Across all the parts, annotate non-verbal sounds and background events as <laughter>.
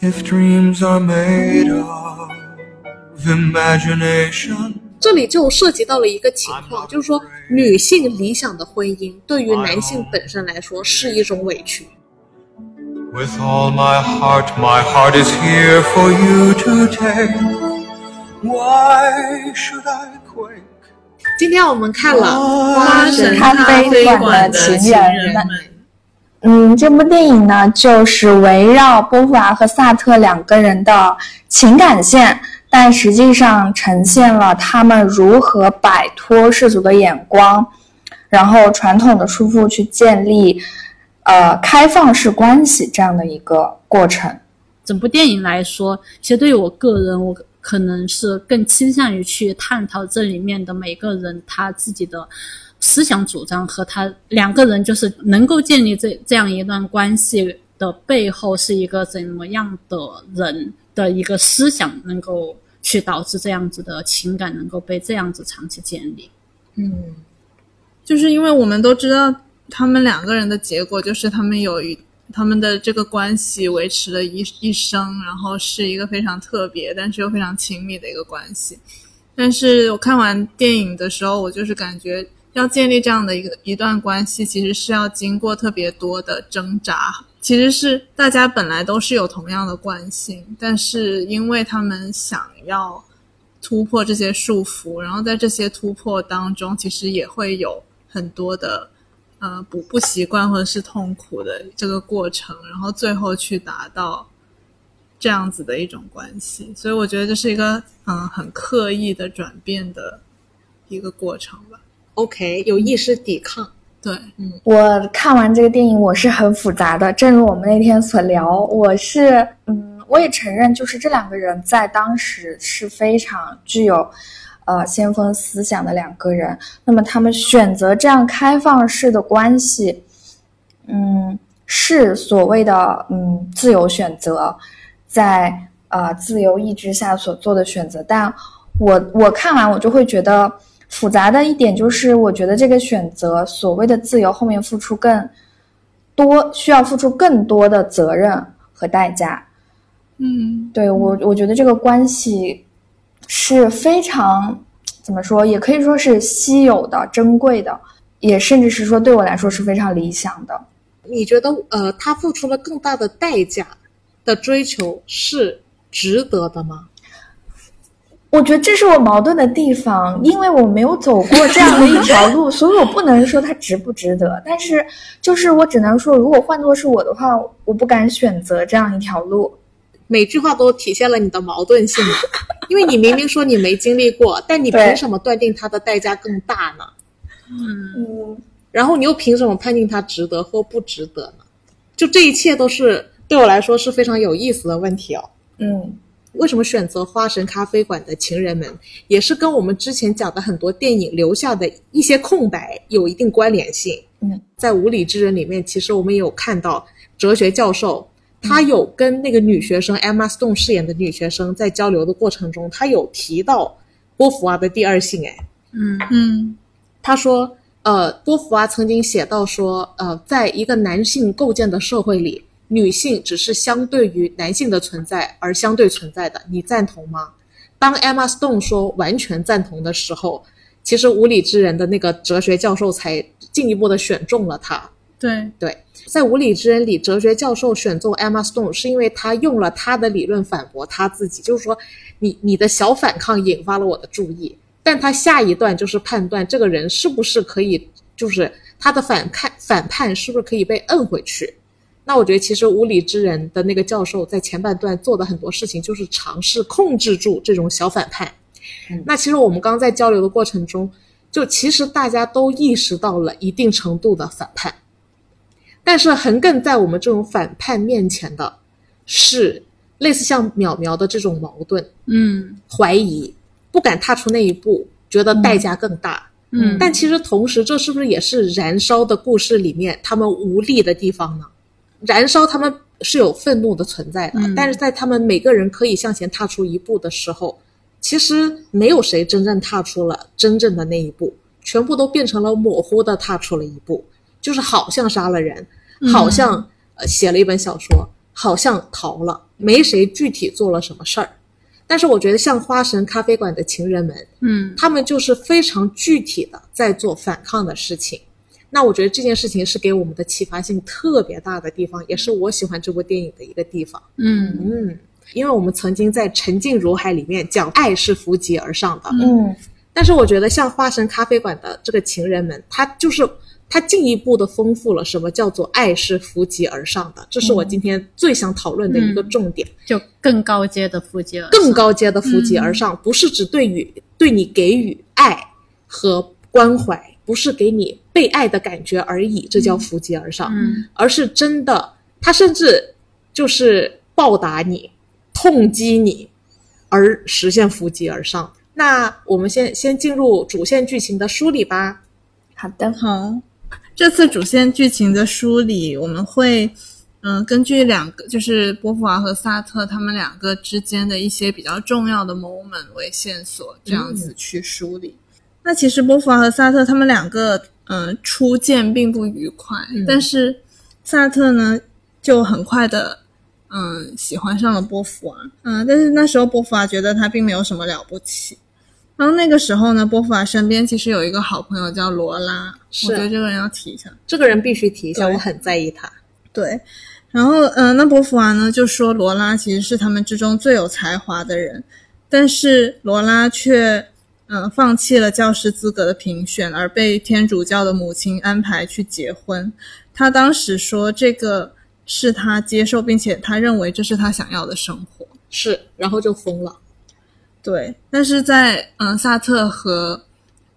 If dreams are made of imagination, 这里就涉及到了一个情况，就是说女性理想的婚姻对于男性本身来说是一种委屈。 with all my heart, my heart is here for you to take. Why should I quake? 今天我们看了《花花神神咖咖啡啡馆馆的的情情人们人们》，嗯，这部电影呢，就是围绕波伏娃和萨特两个人的情感线，但实际上呈现了他们如何摆脱世俗的眼光，然后传统的束缚去建立，呃，开放式关系这样的一个过程。整部电影来说，其实对于我个人，我可能是更倾向于去探讨这里面的每个人他自己的思想主张和他两个人就是能够建立这这样一段关系的背后是一个怎么样的人的一个思想，能够去导致这样子的情感能够被这样子长期建立。就是因为我们都知道他们两个人的结果，就是他们有一他们的这个关系维持了一一生，然后是一个非常特别，但是又非常亲密的一个关系。但是我看完电影的时候，我就是感觉要建立这样的一个一段关系，其实是要经过特别多的挣扎。其实是大家本来都是有同样的惯性，但是因为他们想要突破这些束缚，然后在这些突破当中，其实也会有很多的呃不不习惯或者是痛苦的这个过程，然后最后去达到这样子的一种关系。所以我觉得这是一个嗯、呃很刻意的转变的一个过程吧。 OK，有意识抵抗。对，我看完这个电影，我是很复杂的。正如我们那天所聊，我是，嗯，我也承认，就是这两个人在当时是非常具有，呃，先锋思想的两个人。那么他们选择这样开放式的关系，嗯，是所谓的嗯自由选择，在呃自由意志下所做的选择。但我我看完我就会觉得复杂的一点就是，我觉得这个选择所谓的自由后面付出更多，需要付出更多的责任和代价。嗯，对我，我觉得这个关系是非常怎么说，也可以说是稀有的、珍贵的，也甚至是说对我来说是非常理想的。你觉得呃，他付出了更大的代价的追求是值得的吗？我觉得这是我矛盾的地方，因为我没有走过这样的一条路， <laughs> 所以我不能说它值不值得。但是，就是我只能说，如果换作是我的话，我不敢选择这样一条路。每句话都体现了你的矛盾性嘛，因为你明明说你没经历过，但你对凭什么断定它的代价更大呢？嗯，然后你又凭什么判定它值得或不值得呢？就这一切都是对我来说是非常有意思的问题哦。嗯，为什么选择花神咖啡馆的情人们，也是跟我们之前讲的很多电影留下的一些空白有一定关联性。嗯，在《无理之人》里面，其实我们有看到哲学教授，他有跟那个女学生 Emma Stone 饰演的女学生在交流的过程中，他有提到波伏娃的第二性，哎，嗯，嗯他说，呃，波伏娃曾经写到说，呃，在一个男性构建的社会里，女性只是相对于男性的存在而相对存在的，你赞同吗？当 Emma Stone 说完全赞同的时候，其实无理之人的那个哲学教授才进一步的选中了他。对，对，在《无理之人》里，哲学教授选中 Emma Stone 是因为他用了他的理论反驳他自己，就是说你你的小反抗引发了我的注意。但他下一段就是判断这个人是不是可以，就是他的反抗反叛是不是可以被摁回去。那我觉得其实《无理之人》的那个教授在前半段做的很多事情，就是尝试控制住这种小反叛。那其实我们刚刚在交流的过程中，就其实大家都意识到了一定程度的反叛。但是横亘在我们这种反叛面前的，是类似像淼淼的这种矛盾、嗯怀疑，不敢踏出那一步，觉得代价更大。嗯，但其实同时，这是不是也是《燃烧》的故事里面他们无力的地方呢？燃烧他们是有愤怒的存在的，嗯但是在他们每个人可以向前踏出一步的时候，其实没有谁真正踏出了真正的那一步，全部都变成了模糊的踏出了一步，嗯就是好像杀了人，好像、呃写了一本小说，好像逃了，没谁具体做了什么事儿。但是我觉得像花神咖啡馆的情人们，嗯，他们就是非常具体的在做反抗的事情。那我觉得这件事情是给我们的启发性特别大的地方，也是我喜欢这部电影的一个地方。嗯嗯，因为我们曾经在《沉浸如海》里面讲爱是扶级而上的，嗯但是我觉得像花神咖啡馆的这个情人们，他就是他进一步的丰富了什么叫做爱是扶级而上的，这是我今天最想讨论的一个重点。就更高阶的附近了，更高阶的扶级而上，不是只对于对你给予爱和关怀，不是给你被爱的感觉而已，这叫扶级而上，嗯而是真的，他甚至就是报答你、痛击你，而实现扶级而上。那我们先先进入主线剧情的梳理吧。好的，好，这次主线剧情的梳理，我们会嗯、呃根据两个就是波伏娃和萨特他们两个之间的一些比较重要的 moment 为线索，这样子去梳理。那其实波伏娃和萨特他们两个嗯、呃初见并不愉快，但是萨特呢就很快的。嗯，喜欢上了波伏娃。嗯，但是那时候波伏娃觉得他并没有什么了不起，然后那个时候呢，波伏娃身边其实有一个好朋友叫罗拉，是我觉得这个人要提一下。这个人必须提一下，对我很在意他。对，然后嗯、呃那波伏娃呢就说罗拉其实是他们之中最有才华的人，但是罗拉却嗯、呃放弃了教师资格的评选，而被天主教的母亲安排去结婚。他当时说这个是他接受，并且他认为这是他想要的生活。是，然后就疯了。对，但是在嗯、呃萨特和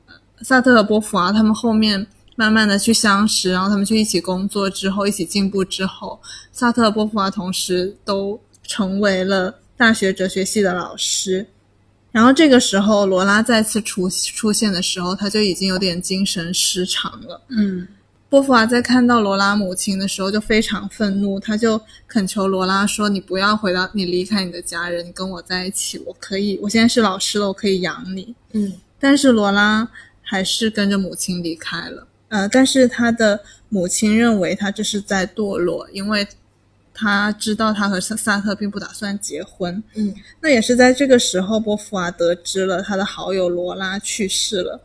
呃萨特和波伏娃、他们后面慢慢的去相识，然后他们去一起工作之后，一起进步之后，萨特和波伏娃、同时都成为了大学哲学系的老师。然后这个时候，罗拉再次出出现的时候，他就已经有点精神失常了。嗯波伏娃在看到罗拉母亲的时候就非常愤怒，他就恳求罗拉说：“你不要回到，你离开你的家人，你跟我在一起，我可以，我现在是老师了，我可以养你。嗯”但是罗拉还是跟着母亲离开了。呃，但是他的母亲认为他这是在堕落，因为他知道他和萨萨特并不打算结婚。嗯，那也是在这个时候，波伏娃得知了他的好友罗拉去世了，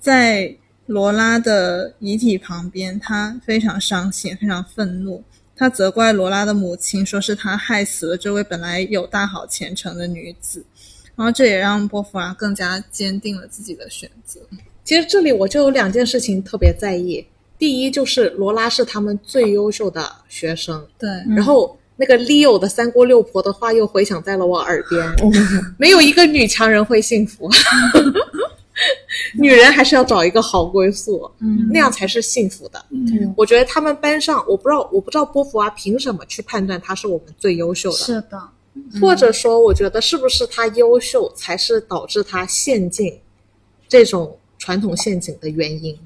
在罗拉的遗体旁边，他非常伤心，非常愤怒。他责怪罗拉的母亲，说是他害死了这位本来有大好前程的女子。然后这也让波伏娃更加坚定了自己的选择。其实这里我就有两件事情特别在意。第一就是罗拉是他们最优秀的学生，对，嗯然后那个 Leo 的三姑六婆的话又回响在了我耳边，嗯没有一个女强人会幸福， <laughs> 女人还是要找一个好归宿，嗯那样才是幸福的。嗯我觉得他们班上，我不知道，我不知道波伏娃凭什么去判断她是我们最优秀的，是的，或者说，我觉得是不是他优秀才是导致他陷进这种传统陷阱的原因？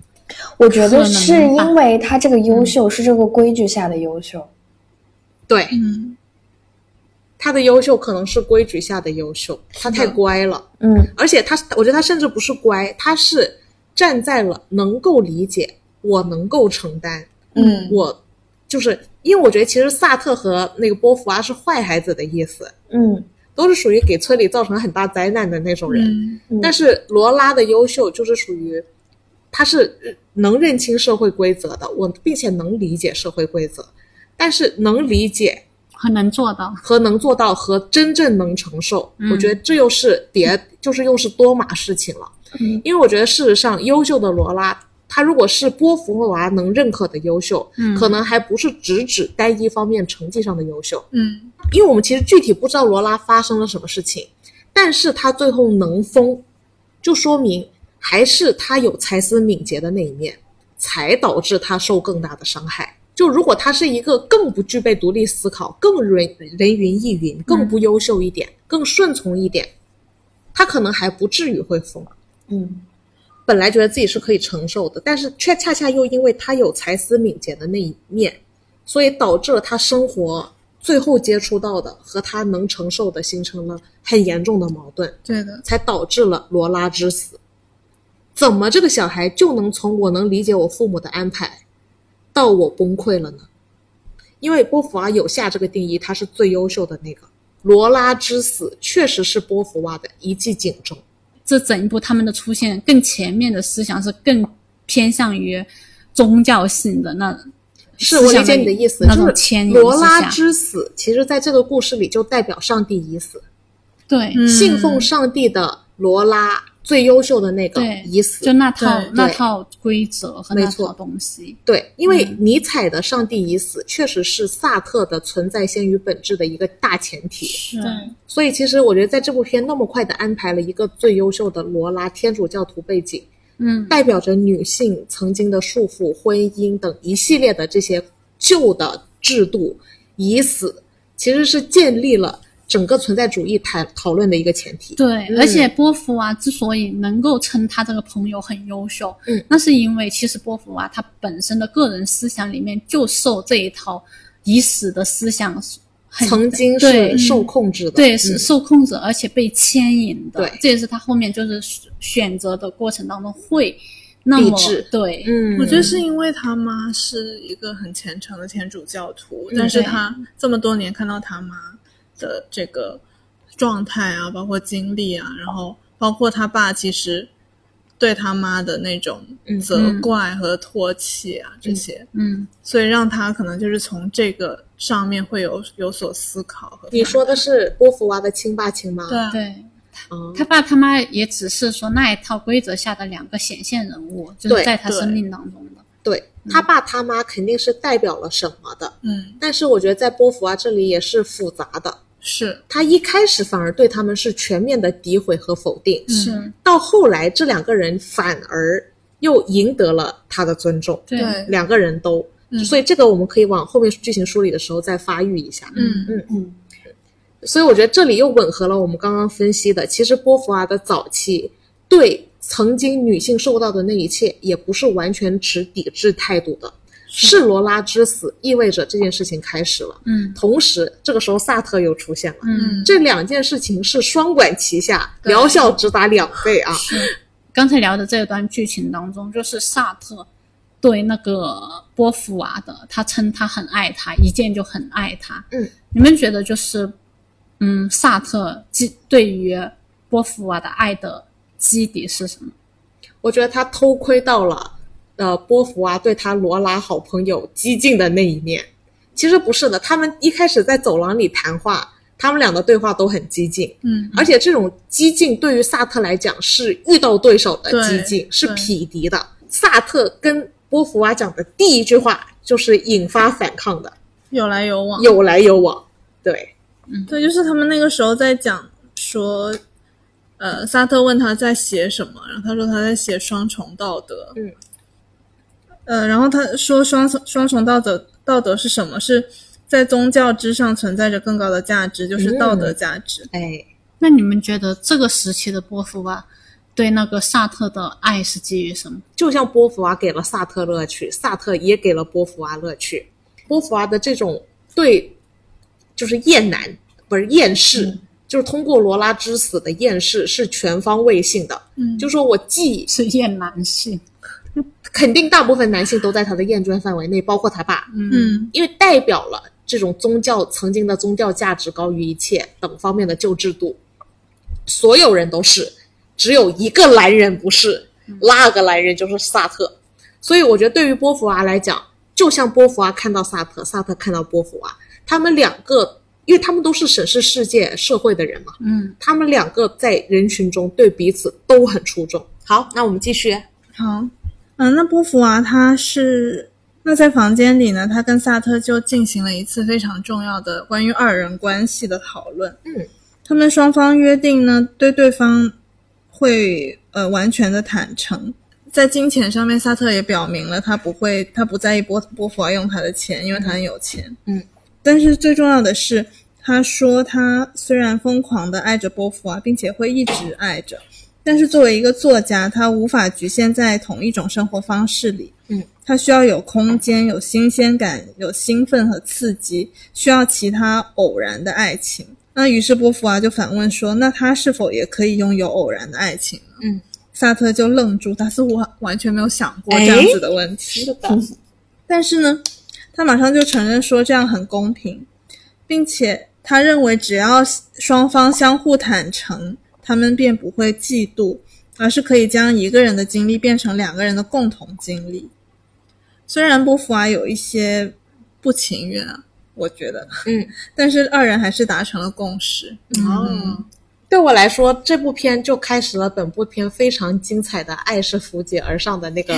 我觉可得能是吧因为他这个优秀是这个规矩下的优秀，对，嗯，他的优秀可能是规矩下的优秀，他太乖了，嗯而且他，我觉得他甚至不是乖，他是站在了能够理解，我能够承担，嗯我就是因为我觉得其实萨特和那个波伏娃是坏孩子的意思，嗯都是属于给村里造成很大灾难的那种人。嗯嗯，但是罗拉的优秀就是属于，她是能认清社会规则的，我并且能理解社会规则，但是能理解很能做到，和能做到和真正能承受，嗯我觉得这又是叠，就是又是多码事情了。嗯因为我觉得事实上，优秀的罗拉，她如果是波伏娃能认可的优秀，嗯可能还不是只指单一方面成绩上的优秀，嗯因为我们其实具体不知道罗拉发生了什么事情，但是她最后能疯，就说明还是她有才思敏捷的那一面，才导致她受更大的伤害。就如果她是一个更不具备独立思考、更人人云亦云、更不优秀一点、更顺从一点，她可能还不至于会疯。嗯本来觉得自己是可以承受的，但是却恰恰又因为他有才思敏捷的那一面，所以导致了他生活最后接触到的和他能承受的形成了很严重的矛盾，对的，才导致了罗拉之死。怎么这个小孩就能从我能理解我父母的安排，到我崩溃了呢？因为波伏娃有下这个定义，他是最优秀的那个。罗拉之死确实是波伏娃的一记警钟。这整一部他们的出现，更前面的思想是更偏向于宗教性的那。是我理解你的意思，那种就是牵引罗之拉下之死，其实在这个故事里就代表上帝已死，对，嗯信奉上帝的罗拉最优秀的那个对已死，就那套对那对套规则和没那错套东西。对，因为尼采的《上帝已死》确实是萨特的《存在先于本质》的一个大前提，是所以其实我觉得在这部片那么快的安排了一个最优秀的罗拉天主教徒背景，嗯，代表着女性曾经的束缚、婚姻等一系列的这些旧的制度已死，其实是建立了整个存在主义谈讨论的一个前提。对，嗯而且波伏娃之所以能够称他这个朋友很优秀，嗯那是因为其实波伏娃她本身的个人思想里面就受这一套已死的思想很曾经对是受控制的，对，嗯是受控制，而且被牵引的。对这也是他后面就是选选择的过程当中会那么理智对，嗯，我觉得是因为他妈是一个很虔诚的天主教徒，但是对他这么多年看到他妈的这个状态啊，包括经历啊，然后包括他爸其实对他妈的那种嗯责怪和唾弃啊、这些，嗯，所以让他可能就是从这个上面会有有所思考和你说的是波伏娃的亲爸亲妈，对啊嗯对。哦他爸他妈也只是说那一套规则下的两个显现人物，就是对在他对生命当中的。对他爸他妈肯定是代表了什么的，嗯但是我觉得在波伏娃、啊这里也是复杂的。是他一开始反而对他们是全面的诋毁和否定，嗯是，到后来这两个人反而又赢得了他的尊重，对对两个人都，嗯所以这个我们可以往后面剧情梳理的时候再发育一下。嗯嗯嗯，所以我觉得这里又吻合了我们刚刚分析的，其实波伏娃的早期对曾经女性受到的那一切，也不是完全持抵制态度的。是罗拉之死意味着这件事情开始了，嗯同时这个时候萨特又出现了，嗯。这两件事情是双管齐下，对疗效直达两倍啊！刚才聊的这段剧情当中，就是萨特对那个波伏娃的，他称他很爱他，一见就很爱他。嗯，你们觉得就是，嗯，萨特基对于波伏娃的爱的基底是什么？我觉得他偷窥到了，呃，波伏娃、对他罗拉好朋友激进的那一面。其实不是的，他们一开始在走廊里谈话，他们俩的对话都很激进，嗯而且这种激进对于萨特来讲是遇到对手的激进对，是对匹敌的。萨特跟波伏娃讲的第一句话就是引发反抗的，有来有往有来有往。对，对，就是他们那个时候在讲说，呃，萨特问他在写什么，然后他说他在写双重道德。嗯，呃，然后他说双双重道德道德是什么？是在宗教之上存在着更高的价值，就是道德价值。哎，那你们觉得这个时期的波伏娃对那个萨特的爱是基于什么？就像波伏娃给了萨特乐趣，萨特也给了波伏娃乐趣。波伏娃的这种对，就是厌男不是厌世，就是通过罗拉之死的厌世是全方位性的。嗯就说我既是厌男性。肯定大部分男性都在他的厌倦范围内，包括他爸，嗯因为代表了这种宗教曾经的宗教价值高于一切等方面的旧制度，所有人都是，只有一个蓝人不是，那个蓝人就是萨特。所以我觉得对于波伏娃来讲，就像波伏娃看到萨特，萨特看到波伏娃，他们两个，因为他们都是审视世界社会的人嘛，嗯，他们两个在人群中对彼此都很出众。好，那我们继续。好，嗯，那波伏娃、他是那在房间里呢，他跟萨特就进行了一次非常重要的关于二人关系的讨论。嗯，他们双方约定呢，对对方会呃完全的坦诚。在金钱上面，萨特也表明了他不会，他不在意波波伏娃用他的钱，因为他很有钱。嗯，但是最重要的是，他说他虽然疯狂的爱着波伏娃，并且会一直爱着，但是作为一个作家，他无法局限在同一种生活方式里。嗯，他需要有空间、有新鲜感、有兴奋和刺激，需要其他偶然的爱情。那于是波伏娃就反问说：“那他是否也可以拥有偶然的爱情呢？”嗯，萨特就愣住，他似乎完完全没有想过哎这样子的问题。的，但是呢，他马上就承认说这样很公平，并且他认为只要双方相互坦诚，他们便不会嫉妒，而是可以将一个人的经历变成两个人的共同经历。虽然波伏娃有一些不情愿啊，我觉得，嗯， <laughs> 但是二人还是达成了共识。哦，对我来说，这部片就开始了本部片非常精彩的“爱是扶阶而上”的那个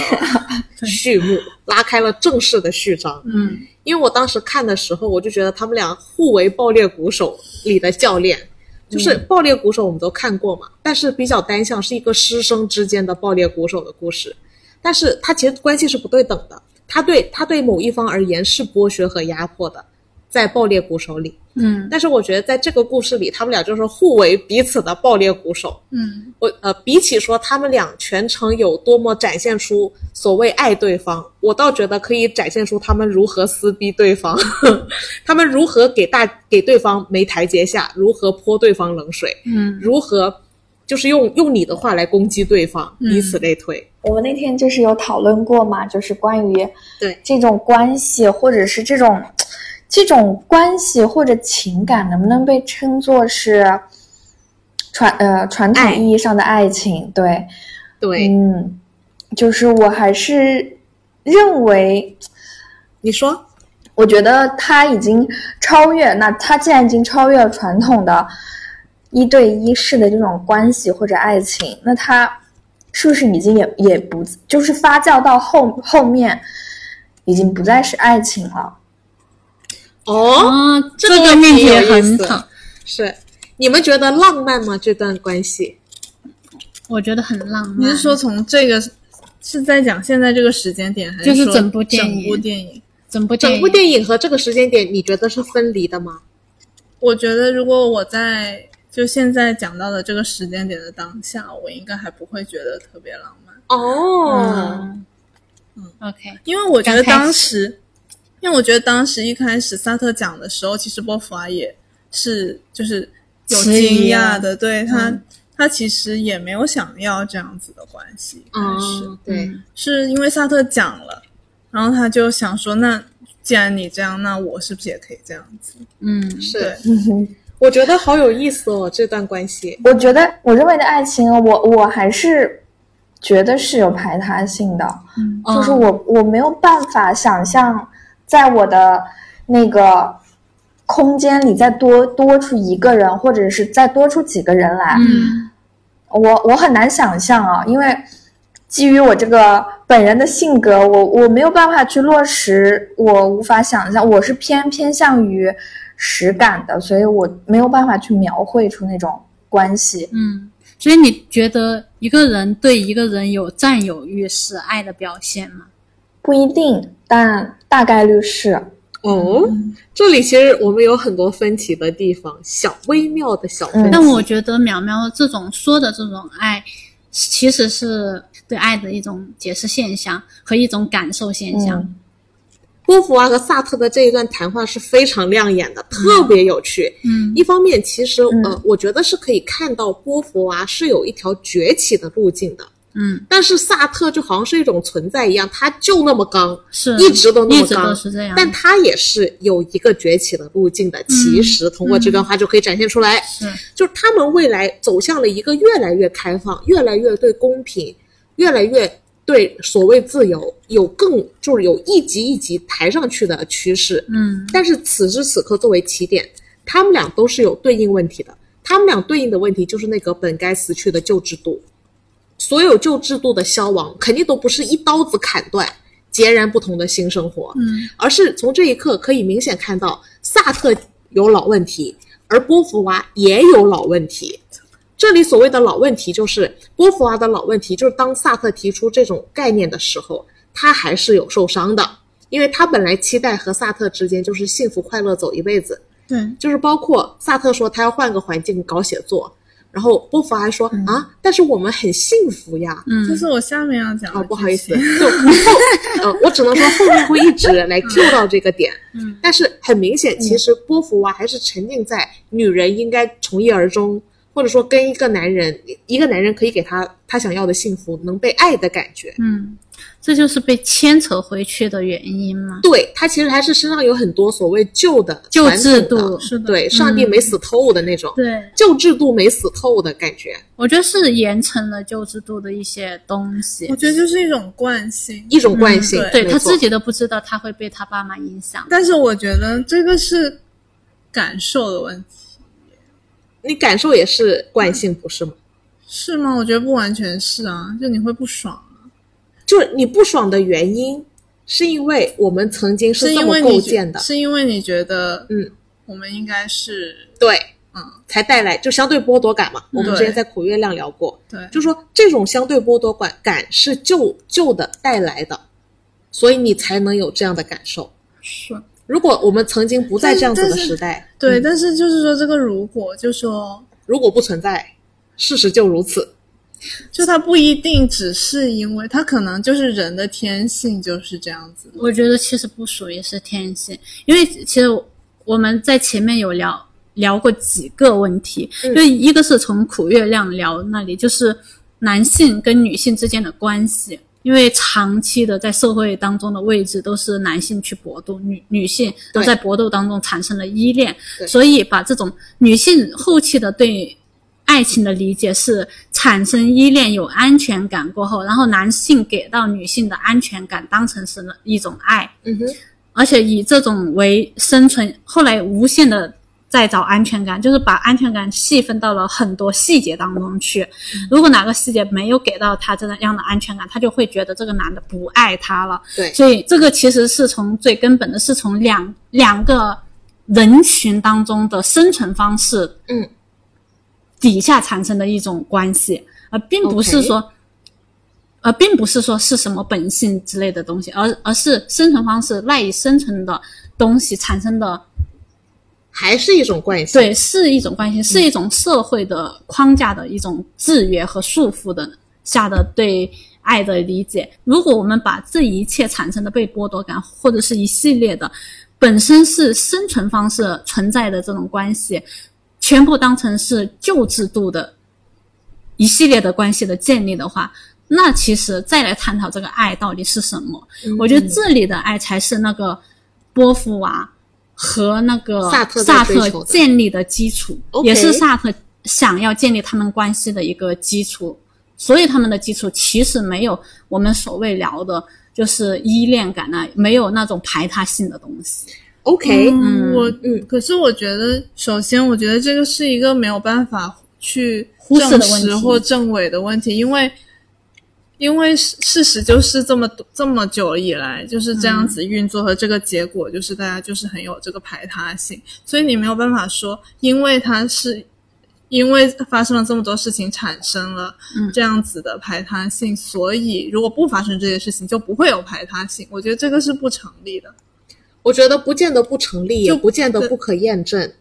序幕，拉开了正式的序章。嗯，因为我当时看的时候，我就觉得他们俩互为爆裂鼓手里的教练，就是爆裂鼓手我们都看过嘛，但是比较单向，是一个师生之间的爆裂鼓手的故事，但是他其实关系是不对等的，他对他对某一方而言是剥削和压迫的，在爆裂鼓手里，嗯，但是我觉得在这个故事里，他们俩就是互为彼此的爆裂鼓手，嗯我呃，比起说他们俩全程有多么展现出所谓爱对方，我倒觉得可以展现出他们如何撕逼对方， <laughs> 他们如何给大给对方没台阶下，如何泼对方冷水，嗯，如何就是用用你的话来攻击对方，以此类推。我们那天就是有讨论过嘛，就是关于对这种关系，或者是这种这种关系或者情感，能不能被称作是传呃传统爱意义上的爱情？对，对，嗯，就是我还是认为，你说，我觉得它已经超越，那它既然已经超越了传统的一对一式的这种关系或者爱情，那它是不是已经也也不就是发酵到后后面，已经不再是爱情了？哦，哦，这这个个命挺题有意很思讨，是你们觉得浪漫吗？这段关系？我觉得很浪漫。你是说从这个是在讲现在这个时间点，还是就是说整部电影整部电影，整部整部影电影和这个时间点，你觉得是分离的吗？我觉得如果我在就现在讲到的这个时间点的当下，我应该还不会觉得特别浪漫，哦，嗯，OK，因为我觉得刚开始当时，因为我觉得当时一开始萨特讲的时候，其实波伏娃也是就是有迟惊疑啊讶的，对他、他其实也没有想要这样子的关系，但是、嗯哦，对，是因为萨特讲了，然后他就想说，那既然你这样，那我是不是也可以这样子？嗯，是对，我觉得好有意思哦，这段关系。我觉得我认为的爱情，我我还是觉得是有排他性的。就是嗯我我没有办法想象，在我的那个空间里再多多出一个人，或者是再多出几个人来，嗯我我很难想象啊，因为基于我这个本人的性格，我我没有办法去落实，我无法想象，我是偏偏向于实感的，所以我没有办法去描绘出那种关系。嗯，所以你觉得一个人对一个人有占有欲是爱的表现吗？不一定，但大概率是。哦，这里其实我们有很多分歧的地方，小微妙的小分嗯歧。但我觉得淼淼这种说的这种爱，其实是对爱的一种解释现象和一种感受现象。嗯波伏娃和萨特的这一段谈话是非常亮眼的，特别有趣。嗯一方面，其实呃嗯，我觉得是可以看到波伏娃是有一条崛起的路径的，嗯，但是萨特就好像是一种存在一样，他就那么刚，是一直都那一么直刚都，是这样。但他也是有一个崛起的路径的。其实通过这段话就可以展现出来，是就是他们未来走向了一个越来越开放、越来越对公平、越来越对所谓自由有更就是有一级一级抬上去的趋势。嗯但是此时此刻作为起点，他们俩都是有对应问题的。他们俩对应的问题就是那个本该死去的旧制度，所有旧制度的消亡肯定都不是一刀子砍断，截然不同的新生活。嗯，而是从这一刻可以明显看到，萨特有老问题，而波伏娃也有老问题。这里所谓的老问题，就是波伏娃的老问题，就是当萨特提出这种概念的时候，他还是有受伤的，因为他本来期待和萨特之间就是幸福快乐走一辈子，对，就是包括萨特说他要换个环境搞写作，然后波伏娃还说、啊，但是我们很幸福呀，嗯这是我下面要讲的、哦，不好意思，，就后，呃，我只能说后面会一直来 Q 到这个点。嗯，但是很明显，其实波伏娃还是沉浸在女人应该从一而终，或者说跟一个男人，一个男人可以给他他想要的幸福，能被爱的感觉。嗯，这就是被牵扯回去的原因嘛。对他其实还是身上有很多所谓旧的旧传统制的度是的嗯对，上帝没死透的那种、对，旧制度没死透的感觉，我觉得是严惩了旧制度的一些东西我。觉得就是一种惯性。一种惯性。嗯对没他错自己都不知道，他会被他爸妈影响。但是我觉得这个是感受的问题，你感受也是惯性，不是吗？是吗？我觉得不完全是啊，就你会不爽啊，就是你不爽的原因，是因为我们曾经是这因么为你构觉建的，是因为你觉得，嗯，我们应该是对，嗯，才带来就相对剥夺感嘛。我们之前在苦月亮聊过，对，就说这种相对剥夺感感是旧旧的带来的，所以你才能有这样的感受。是，如果我们曾经不在这样子的时代，对。但是就是说这个如果，就说如果不存在，事实就如此。就它不一定只是因为它可能就是人的天性就是这样子。我觉得其实不属于是天性，因为其实我们在前面有聊聊过几个问题，嗯就一个是从苦月亮聊那里，就是男性跟女性之间的关系，因为长期的在社会当中的位置都是男性去搏斗，女女性都对在搏斗当中产生了依恋对，所以把这种女性后期的对爱情的理解是产生依恋、有安全感过后，然后男性给到女性的安全感当成是一种爱，嗯哼，而且以这种为生存，后来无限的在找安全感，就是把安全感细分到了很多细节当中去。如果哪个细节没有给到他这样的安全感，他就会觉得这个男的不爱他了。对所以这个其实是从最根本的是从两两个人群当中的生存方式，嗯，底下产生的一种关系，而并不是 OK 说而并不是说是什么本性之类的东西，而而是生存方式赖以生存的东西产生的，还是一种惯性。对，是一种关系，嗯是一种社会的框架的一种制约和束缚的下的对爱的理解。如果我们把这一切产生的被剥夺感，或者是一系列的本身是生存方式存在的这种关系，全部当成是旧制度的一系列的关系的建立的话，那其实再来探讨这个爱到底是什么，嗯我觉得这里的爱才是那个波伏娃和那个萨特在萨追特求的建立的基础， OK 也是萨特想要建立他们关系的一个基础。所以他们的基础其实没有我们所谓聊的，就是依恋感啊，没有那种排他性的东西。 ，OK，嗯，我嗯可是我觉得，首先我觉得这个是一个没有办法去忽视的证问题实或证伪的问题，因为因为事事实就是这么多这么久以来就是这样子运作和这个结果，就是大家就是很有这个排他性，所以你没有办法说，因为它是。因为发生了这么多事情，产生了这样子的排他性，所以如果不发生这些事情，就不会有排他性。我觉得这个是不成立的。我觉得不见得不成立，也就不见得不可验证，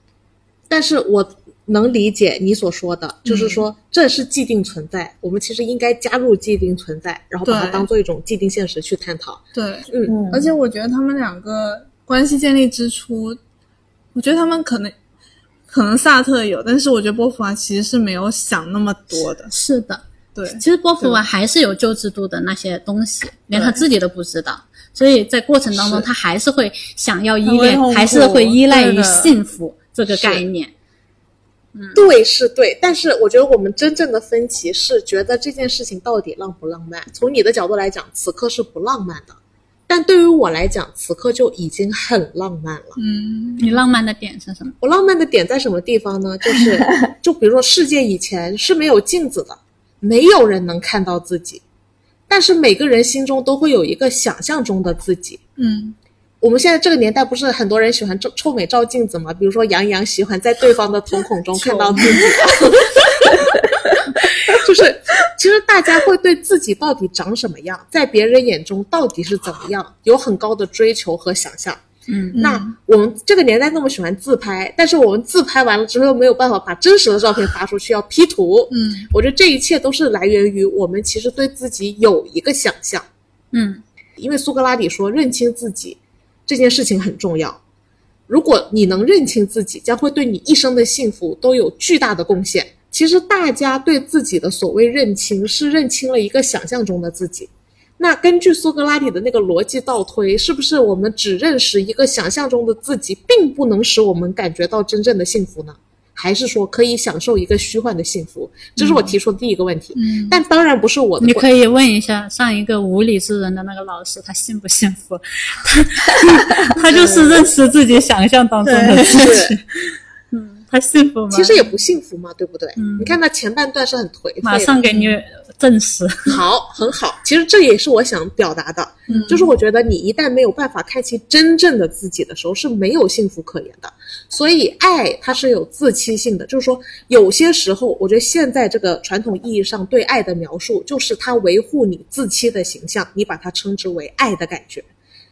但是我能理解你所说的，就是说这是既定存在，我们其实应该加入既定存在，然后把它对当做一种既定现实去探讨。对，嗯，而且我觉得他们两个关系建立之初，我觉得他们可能可能萨特有，但是我觉得波伏娃其实是没有想那么多的。是的，对，其实波伏娃还是有旧制度的那些东西，连对他自己都不知道，所以在过程当中，是他还是会想要依很会恋痛，苦还是会依赖对于的幸福这个是概念。对是对，但是我觉得我们真正的分歧是觉得这件事情到底浪不浪漫。从你的角度来讲，此刻是不浪漫的，但对于我来讲，此刻就已经很浪漫了。嗯，你浪漫的点是什么？我浪漫的点在什么地方呢？就是，就比如说，世界以前是没有镜子的，没有人能看到自己，但是每个人心中都会有一个想象中的自己。嗯，我们现在这个年代，不是很多人喜欢臭臭美照镜子吗？比如说杨洋喜欢在对方的瞳孔中看到自己， <laughs> 就是其实大家会对自己到底长什么样，在别人眼中到底是怎么样，有很高的追求和想象。嗯，那我们这个年代那么喜欢自拍，但是我们自拍完了之后又没有办法把真实的照片发出去，要 P 图。嗯，我觉得这一切都是来源于我们其实对自己有一个想象，嗯，因为苏格拉底说认清自己这件事情很重要。如果你能认清自己，将会对你一生的幸福都有巨大的贡献。其实大家对自己的所谓认清，是认清了一个想象中的自己。那根据苏格拉底的那个逻辑倒推，是不是我们只认识一个想象中的自己，并不能使我们感觉到真正的幸福呢？还是说可以享受一个虚幻的幸福？这是我提出的第一个问题。嗯但当然不是我的你观可以问一下上一个无理之人的那个老师，他幸不幸福？ <laughs> 他他就是认识自己想象当中的自己。嗯，他幸福吗？其实也不幸福嘛，对不对？嗯你看他前半段是很颓废的，马上给你证实。好，很好。其实这也是我想表达的，嗯就是我觉得你一旦没有办法看清真正的自己的时候，是没有幸福可言的。所以爱它是有自欺性的，就是说有些时候，我觉得现在这个传统意义上对爱的描述，就是它维护你自欺的形象，你把它称之为爱的感觉。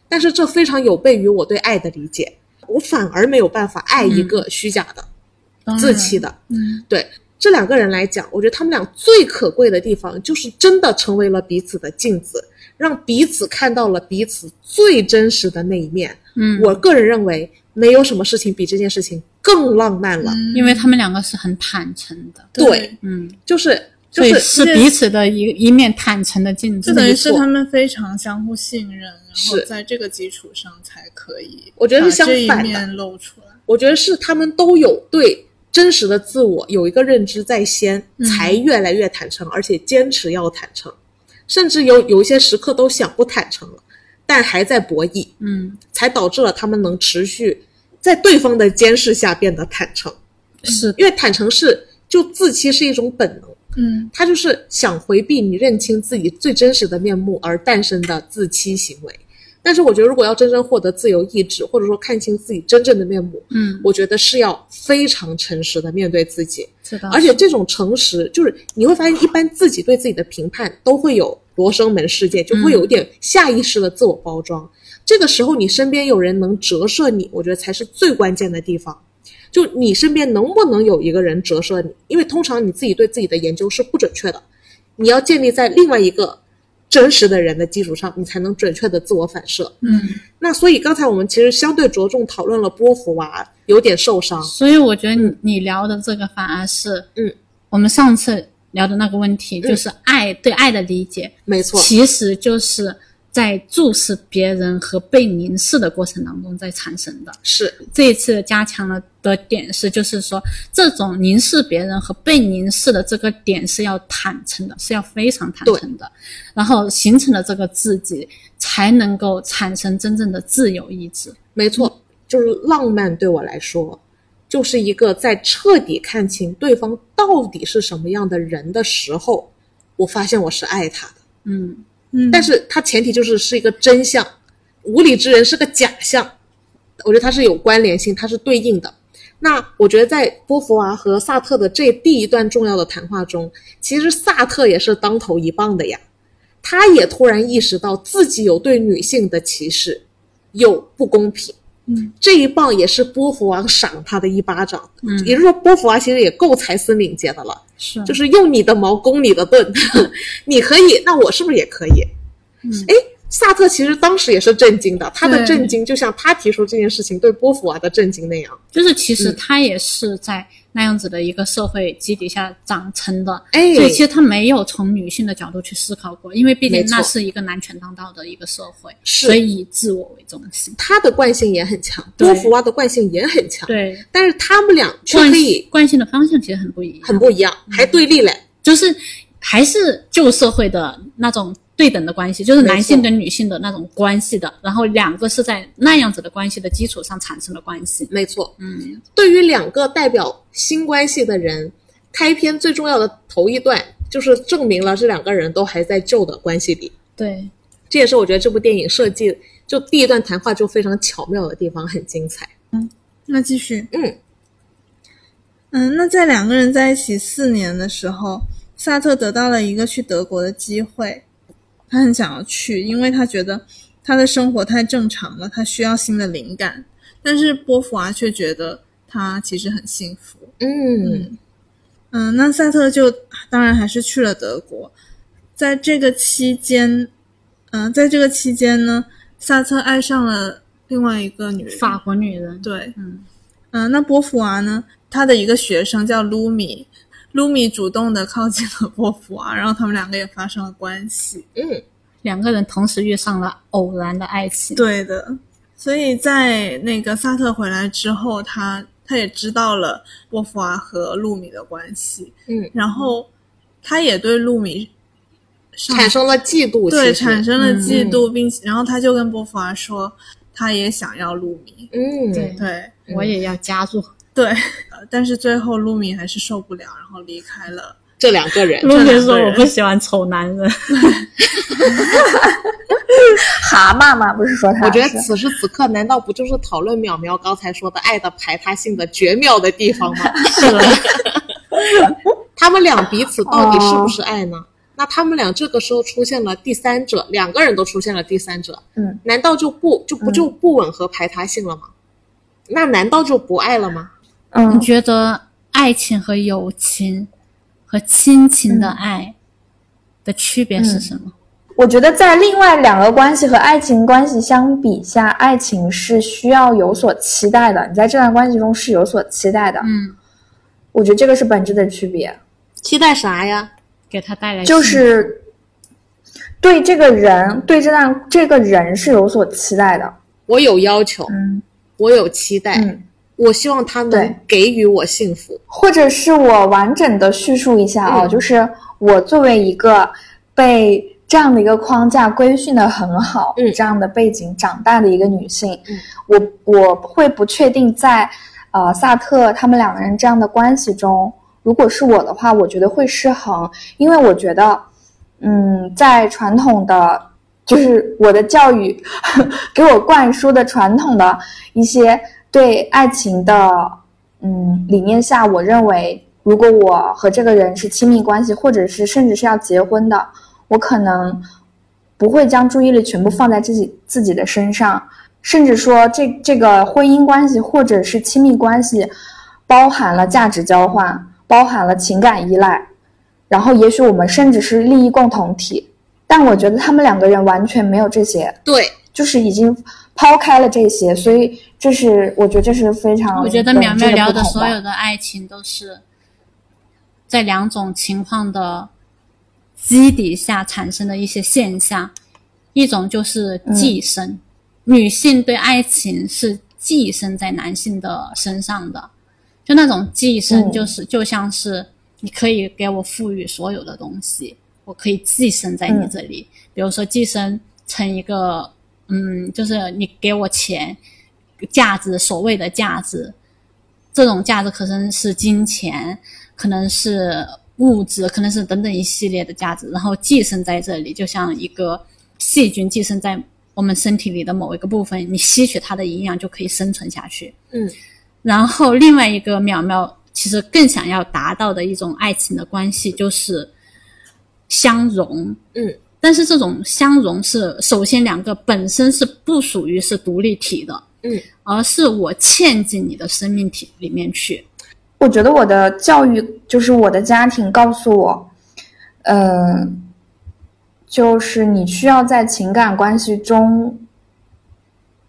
但是这非常有悖于我对爱的理解，我反而没有办法爱一个嗯虚假的、自欺的。嗯对这两个人来讲，我觉得他们俩最可贵的地方，就是真的成为了彼此的镜子，让彼此看到了彼此最真实的那一面。嗯，我个人认为，没有什么事情比这件事情更浪漫了。嗯因为他们两个是很坦诚的，对，嗯，就是就所以是是彼此的一一面坦诚的镜子这。等于没是错他们非常相互信任，然后是在这个基础上才可以，我觉得是相这一反的面露出来。我觉得是他们都有对真实的自我有一个认知在先，嗯才越来越坦诚，而且坚持要坦诚，甚至有有一些时刻都想不坦诚了，但还在博弈，嗯，才导致了他们能持续在对方的监视下变得坦诚，是因为坦诚是就自欺是一种本能。嗯他就是想回避你认清自己最真实的面目而诞生的自欺行为。但是我觉得，如果要真正获得自由意志，或者说看清自己真正的面目，嗯，我觉得是要非常诚实的面对自己。知道。而且这种诚实，就是你会发现，一般自己对自己的评判都会有罗生门事件，就会有一点下意识的自我包装。这个时候，你身边有人能折射你，我觉得才是最关键的地方。就你身边能不能有一个人折射你？因为通常你自己对自己的研究是不准确的，你要建立在另外一个真实的人的基础上，你才能准确的自我反射。嗯，那所以刚才我们其实相对着重讨论了波伏娃有点受伤，所以我觉得你你聊的这个反而是，嗯，我们上次聊的那个问题，就是爱对爱的理解，没错，其实就是在注视别人和被凝视的过程当中在产生的。是这一次加强了的点是，就是说这种凝视别人和被凝视的这个点是要坦诚的，是要非常坦诚的，然后形成了这个自己，才能够产生真正的自由意志。没错，就是浪漫对我来说，就是一个在彻底看清对方到底是什么样的人的时候，我发现我是爱他的。嗯，嗯，但是它前提就是是一个真相，无理之人是个假象，我觉得它是有关联性，它是对应的。那我觉得在波伏娃和萨特的这第一段重要的谈话中，其实萨特也是当头一棒的呀，他也突然意识到自己有对女性的歧视，有不公平。嗯，这一棒也是波伏娃赏他的一巴掌，嗯也就是说，波伏娃其实也够才思敏捷的了。是就是用你的矛攻你的盾， <laughs> 你可以，那我是不是也可以？嗯哎、萨特其实当时也是震惊的，他的对震惊就像他提出这件事情对波伏娃的震惊那样。就是其实嗯他也是在那样子的一个社会基底下长成的，哎，所以其实他没有从女性的角度去思考过，因为毕竟没错那是一个男权当道的一个社会，是所以以自我为中心。他的惯性也很强，对波伏娃的惯性也很强，对，但是他们俩却惯可啊以惯性的方向其实很不一样，很不一样，嗯还对立嘞。就是还是旧社会的那种对等的关系，就是男性没错跟女性的那种关系的，然后两个是在那样子的关系的基础上产生的关系。没错，嗯，对于两个代表新关系的人，开篇最重要的头一段就是证明了这两个人都还在旧的关系里。对，这也是我觉得这部电影设计就第一段谈话就非常巧妙的地方，很精彩。那继续，嗯嗯，那在两个人在一起四年的时候，萨特得到了一个去德国的机会，他很想要去，因为他觉得他的生活太正常了，他需要新的灵感。但是波伏娃却觉得他其实很幸福。嗯，嗯嗯，那萨特就当然还是去了德国，在这个期间，嗯、在这个期间呢，萨特爱上了另外一个女人，法国女人，对，嗯嗯，那波伏娃呢，她的一个学生叫卢米，卢米主动的靠近了波伏娃、然后他们两个也发生了关系。嗯，两个人同时遇上了偶然的爱情。对的，所以在那个萨特回来之后，他他也知道了波伏娃和露米的关系，嗯，然后他也对露米上产生了嫉妒，嗯对其实产生了嫉妒，并且然后他就跟波伏娃说，他也想要露米，嗯，对对我也要加入。对，呃但是最后露米还是受不了，然后离开了。这两个人露两个米人说：“我不喜欢丑男人。蛤蟆嘛，不是说他我觉得是此时此刻，难道不就是讨论淼淼刚才说的爱的排他性的绝妙的地方 <laughs> 吗？是的，他们俩彼此到底是不是爱呢？那他们俩这个时候出现了第三者，两个人都出现了第三者，嗯，难道就不就不嗯就不吻合排他性了吗？那难道就不爱了吗？你嗯，觉得爱情和友情和亲情嗯的爱的区别是什么？我觉得在另外两个关系和爱情关系相比下，爱情是需要有所期待的，你在这段关系中是有所期待的，嗯，我觉得这个是本质的区别，期待啥呀？给他带来就幸福哎是对这个人，对这段这个人是有所期待的，我有要求，嗯我有期待，嗯，我希望他能对给予我幸福。或者是我完整的叙述一下啊、嗯就是我作为一个被这样的一个框架规训的很好，嗯这样的背景长大的一个女性，嗯我我会不确定在呃萨特他们两个人这样的关系中，如果是我的话，我觉得会失衡，因为我觉得，嗯，在传统的就是我的教育 <laughs> 给我灌输的传统的一些对爱情的嗯理念下，我认为如果我和这个人是亲密关系，或者是甚至是要结婚的，我可能不会将注意力全部放在自己自己的身上，甚至说这这个婚姻关系或者是亲密关系，包含了价值交换，包含了情感依赖，然后也许我们甚至是利益共同体，但我觉得他们两个人完全没有这些，对，就是已经抛开了这些，所以这是我觉得这是非常我觉得本淼质淼聊的不同所有的爱情都是在两种情况的基底下产生的一些现象，一种就是嗯寄生，女性对爱情是寄生在男性的身上的，就那种寄生嗯就是、就像是你可以给我赋予所有的东西，我可以寄生在你嗯这里，比如说寄生成一个，嗯，就是你给我钱，价值，所谓的价值，这种价值可能是金钱，可能是物质，可能是等等一系列的价值，然后寄生在这里，就像一个细菌寄生在我们身体里的某一个部分，你吸取它的营养就可以生存下去。嗯，然后另外一个淼淼其实更想要达到的一种爱情的关系就是相融。嗯，但是这种相融是首先两个本身是不属于是独立体的，嗯，而是我嵌进你的生命体里面去。我觉得我的教育就是我的家庭告诉我，嗯、就是你需要在情感关系中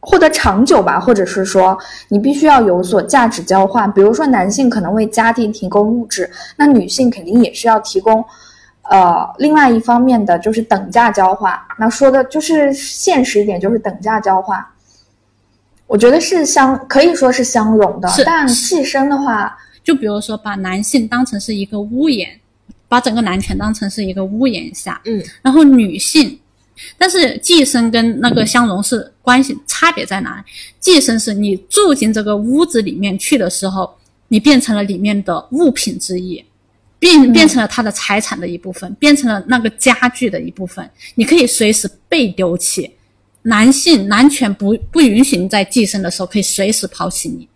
获得长久吧，或者是说你必须要有所价值交换。比如说，男性可能为家庭提供物质，那女性肯定也是要提供。呃，另外一方面的就是等价交换，那说的就是现实一点，就是等价交换。我觉得是相，可以说是相融的是，但寄生的话，就比如说，把男性当成是一个屋檐，把整个男权当成是一个屋檐下，嗯，然后女性，但是寄生跟那个相融是关系差别在哪里？寄生是你住进这个屋子里面去的时候，你变成了里面的物品之一，嗯变变成了他的财产的一部分，变成了那个家具的一部分，你可以随时被丢弃。男性男权不不允许你在寄生的时候可以随时抛弃你，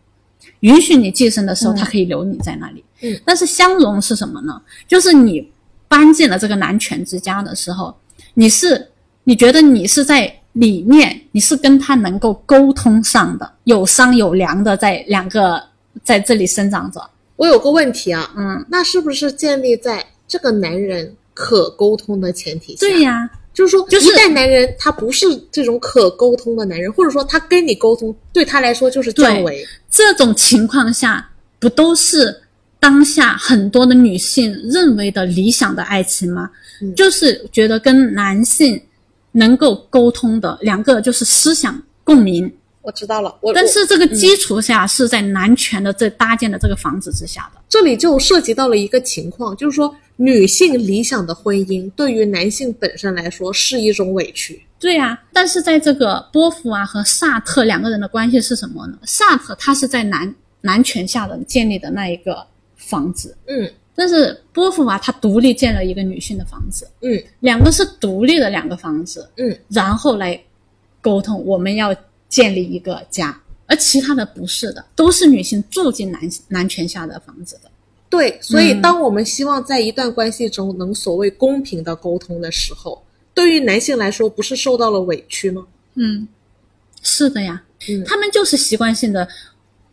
允许你寄生的时嗯候，它可以留你在那里。嗯，但是相容是什么呢？就是你搬进了这个男权之家的时候，你是你觉得你是在里面，你是跟他能够沟通上的，有商有量的，在两个在这里生长着。我有个问题啊，嗯，那是不是建立在这个男人可沟通的前提下？对呀、就是说，就是一旦男人他不是这种可沟通的男人，或者说他跟你沟通，对他来说就是降维。这种情况下，不都是当下很多的女性认为的理想的爱情吗？就是觉得跟男性能够沟通的两个就是思想共鸣，我知道了，我但呃我嗯是这个基础下是在男权的这搭建的这个房子之下的。这里就涉及到了一个情况，就是说女性理想的婚姻对于男性本身来说是一种委屈。对呀、但是在这个波伏娃、和萨特两个人的关系是什么呢？萨特他是在男男权下的建立的那一个房子，嗯，但是波伏娃她独立建了一个女性的房子，嗯，两个是独立的两个房子，嗯，然后来沟通我们要建立一个家，而其他的不是的，都是女性住进男男权下的房子的。对，所以嗯当我们希望在一段关系中能所谓公平的沟通的时候，对于男性来说，不是受到了委屈吗？嗯，是的呀，嗯他们就是习惯性的，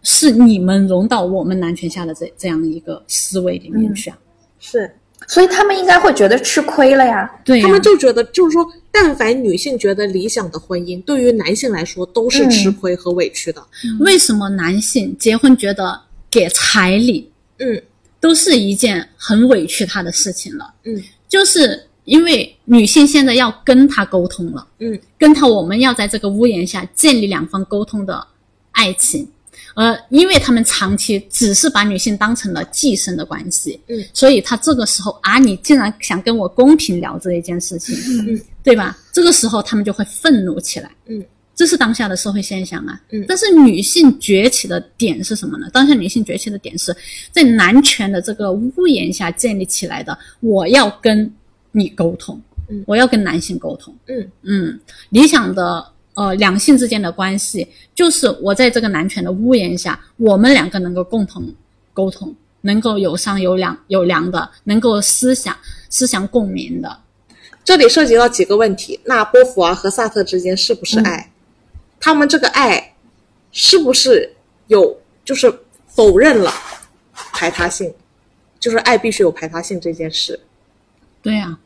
是你们融到我们男权下的这这样一个思维里嗯面去啊。是，所以他们应该会觉得吃亏了呀。对呀、他们就觉得，就是说，但凡女性觉得理想的婚姻，对于男性来说都是吃亏和委屈的。为什么男性结婚觉得给彩礼嗯都是一件很委屈他的事情了？嗯就是因为女性现在要跟他沟通了，嗯，跟他我们要在这个屋檐下建立两方沟通的爱情，呃，因为他们长期只是把女性当成了寄生的关系，嗯，所以他这个时候啊，你竟然想跟我公平聊这一件事情，嗯，对吧？这个时候他们就会愤怒起来，嗯。这是当下的社会现象啊，嗯但是女性崛起的点是什么呢？当下女性崛起的点是在男权的这个屋檐下建立起来的，我要跟你沟通，嗯我要跟男性沟通，嗯嗯，理想的呃两性之间的关系，就是我在这个男权的屋檐下，我们两个能够共同沟通，能够有商有量有量的，能够思想思想共鸣的，这里涉及到几个问题：那波伏娃、和萨特之间是不是爱？他们这个爱是不是有就是否认了排他性？就是爱必须有排他性这件事，对啊呀、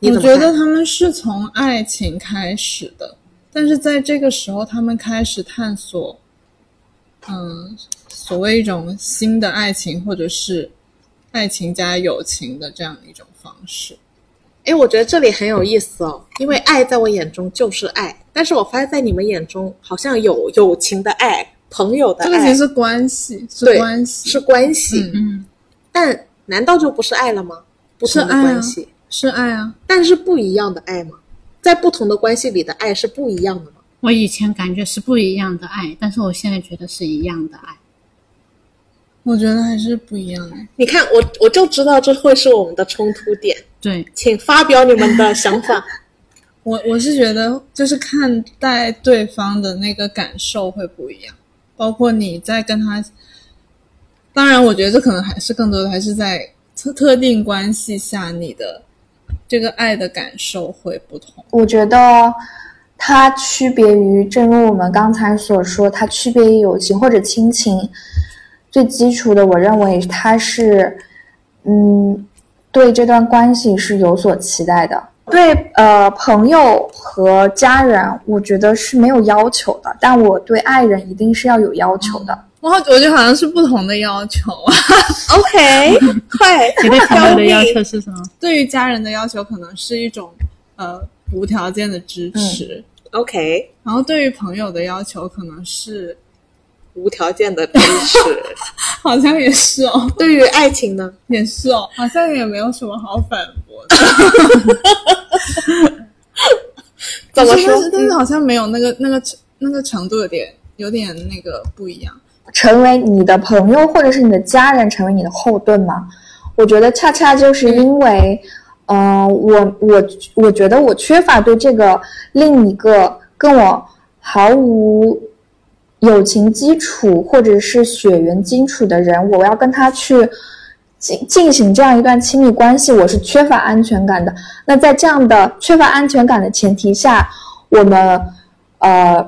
你我怎么觉看得他们是从爱情开始的，但是在这个时候，他们开始探索，嗯，所谓一种新的爱情，或者是爱情加友情的这样一种方式。哎，我觉得这里很有意思哦，因为爱在我眼中就是爱，但是我发现在你们眼中好像有友情的爱、朋友的这爱，个其实是关系，是对关系，是关系，嗯嗯，但难道就不是爱了吗？不同的是爱啊关系，是爱啊。但是不一样的爱吗？在不同的关系里的爱是不一样的吗？我以前感觉是不一样的爱，但是我现在觉得是一样的爱。我觉得还是不一样的。你看，我我就知道这会是我们的冲突点，对，请发表你们的想法。我我是觉得，就是看待对方的那个感受会不一样，包括你在跟他。当然，我觉得这可能还是更多的还是在特特定关系下，你的这个爱的感受会不同。我觉得它区别于，正如我们刚才所说，它区别于友情或者亲情。最基础的，我认为它是，嗯，对这段关系是有所期待的。对，呃，朋友和家人，我觉得是没有要求的，但我对爱人一定是要有要求的。我好，我觉得好像是不同的要求啊。 OK，快，你对朋友的要高求是什么？对于家人的要求，可能是一种呃无条件的支持；明 OK，然后对于朋友的要求，可能是无条件的支持。好像也是哦，对于爱情呢？也是哦，好像也没有什么好反驳的。怎么但是说但？是但嗯是好像没有那个那个那个程度有点有点那个不一样。成为你的朋友或者是你的家人成为你的后盾吗？我觉得恰恰就是因为，嗯、呃，我我我觉得我缺乏对这个另一个跟我毫无友情基础或者是血缘基础的人，我要跟他去进进行这样一段亲密关系，我是缺乏安全感的。那在这样的缺乏安全感的前提下，我们呃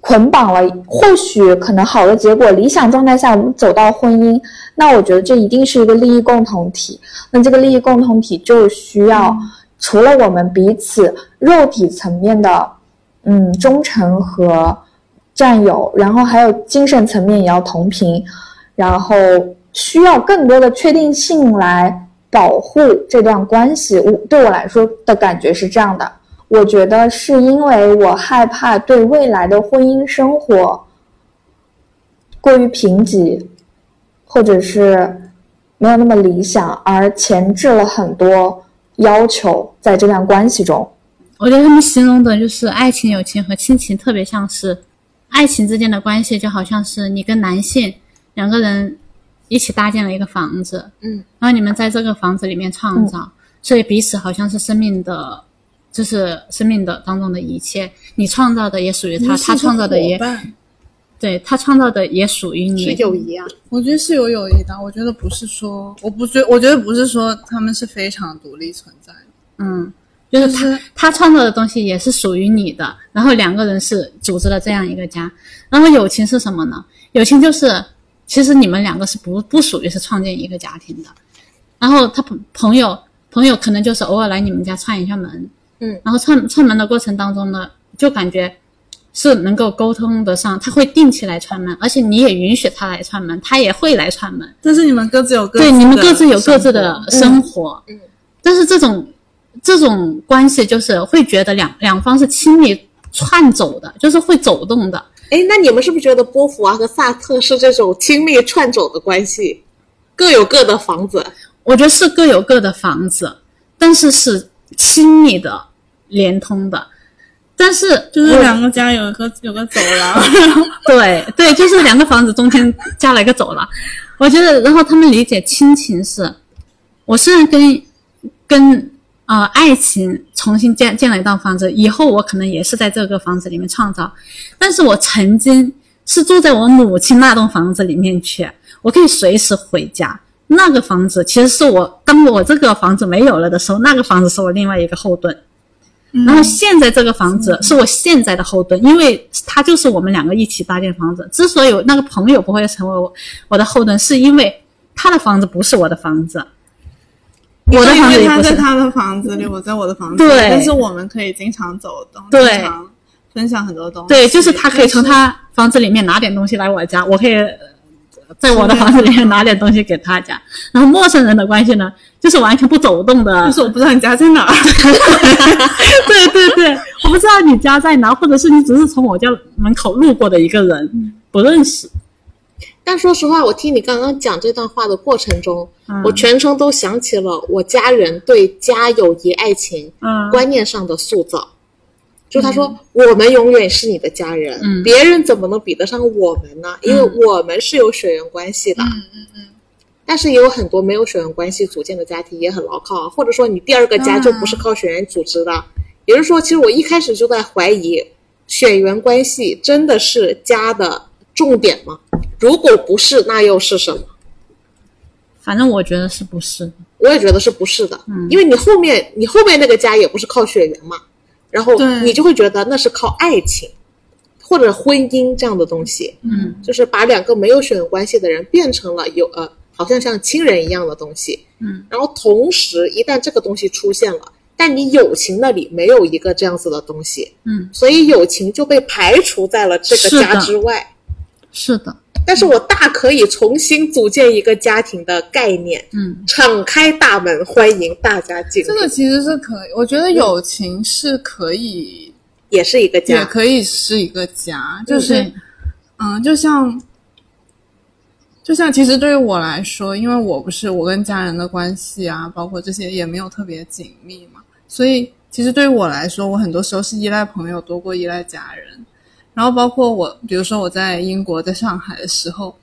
捆绑了，或许可能好的结果，理想状态下我们走到婚姻，那我觉得这一定是一个利益共同体。那这个利益共同体就需要除了我们彼此肉体层面的嗯忠诚和占有，然后还有精神层面也要同频，然后需要更多的确定性来保护这段关系。我对我来说的感觉是这样的，我觉得是因为我害怕对未来的婚姻生活过于贫瘠，或者是没有那么理想，而前置了很多要求在这段关系中。我觉得他们形容的就是爱情、友情和亲情特别像是，爱情之间的关系就好像是你跟男性两个人一起搭建了一个房子，嗯，然后你们在这个房子里面创造，所以彼此好像是生命的，就是生命的当中的一切，你创造的也属于他，他创造的也伙伴对他创造的也属于你，是友谊啊，我觉得是有友谊的。我觉得不是说，我不觉，我觉得不是说他们是非常独立存在的。嗯，就是他、就是他创造的东西也是属于你的，然后两个人是组织了这样一个家，然后友情是什么呢？友情就是其实你们两个是不不属于是创建一个家庭的，然后他朋朋友朋友可能就是偶尔来你们家串一下门，嗯，然后串串门的过程当中呢，就感觉。是能够沟通得上，他会定期来串门，而且你也允许他来串门，他也会来串门，但是你们各自有各自对，你们的各自有各自生的活生活，嗯，但是这种这种关系就是会觉得两两方是亲密串走的，就是会走动的，哎，那你们是不是觉得波伏娃和萨特是这种亲密串走的关系，各有各的房子？我觉得是各有各的房子，但是是亲密的、连通的，但是就是我两个家有一个有个走廊，对对，就是两个房子中间加了一个走廊。我觉得，然后他们理解亲情是，我虽然跟跟呃爱情重新建建了一道房子，以后我可能也是在这个房子里面创造，但是我曾经是住在我母亲那栋房子里面去，我可以随时回家。那个房子其实是我，当我这个房子没有了的时候，那个房子是我另外一个后盾。然后现在这个房子是我现在的后盾，因为它就是我们两个一起搭建房子。之所以有那个朋友不会成为我我的后盾，是因为他的房子不是我的房子， <laughs> 我的因房子为也他不在是。他的房子里，我在我的房子里，对但是我们可以经常走动，对经常分享很多东西，对，就是他可以从但是他房子里面拿点东西来我家，我可以呃在我的房子里面拿点东西给他家。然后陌生人的关系呢，就是完全不走动的，就是我不知道你家在哪儿，对对 <laughs> 对，我不知道你家在哪，或者是你只是从我家门口路过的一个人，不认识。但说实话，我听你刚刚讲这段话的过程中，我全程都想起了我家人对家、友谊、爱情嗯观念上的塑造。就他说、我们永远是你的家人，嗯别人怎么能比得上我们呢？因为我们是有血缘关系的。嗯嗯嗯嗯。但是也有很多没有血缘关系组建的家庭也很牢靠，啊或者说你第二个家就不是靠血缘组织的。也就是说，其实我一开始就在怀疑，血缘关系真的是家的重点吗？如果不是，那又是什么？反正我觉得是不是的。我也觉得是不是的，嗯因为你后面你后面那个家也不是靠血缘嘛，然后对你就会觉得那是靠爱情或者婚姻这样的东西，嗯，就是把两个没有血缘关系的人变成了有呃，好像像亲人一样的东西，嗯，然后同时一旦这个东西出现了，但你友情那里没有一个这样子的东西，嗯，所以友情就被排除在了这是个的家之外。是的，但是我大可以重新组建一个家庭的概念，嗯，敞开大门，欢迎大家进入，这个其实是可以，我觉得友情是可以，也是一个也家。可以是一个家，就就是是嗯，就像，就像其实对于我来说，因为我不是我跟家人的关系啊，包括这些也没有特别紧密嘛，所以其实对于我来说，我很多时候是依赖朋友多过依赖家人。然后包括我，比如说我在英国在上海的时候，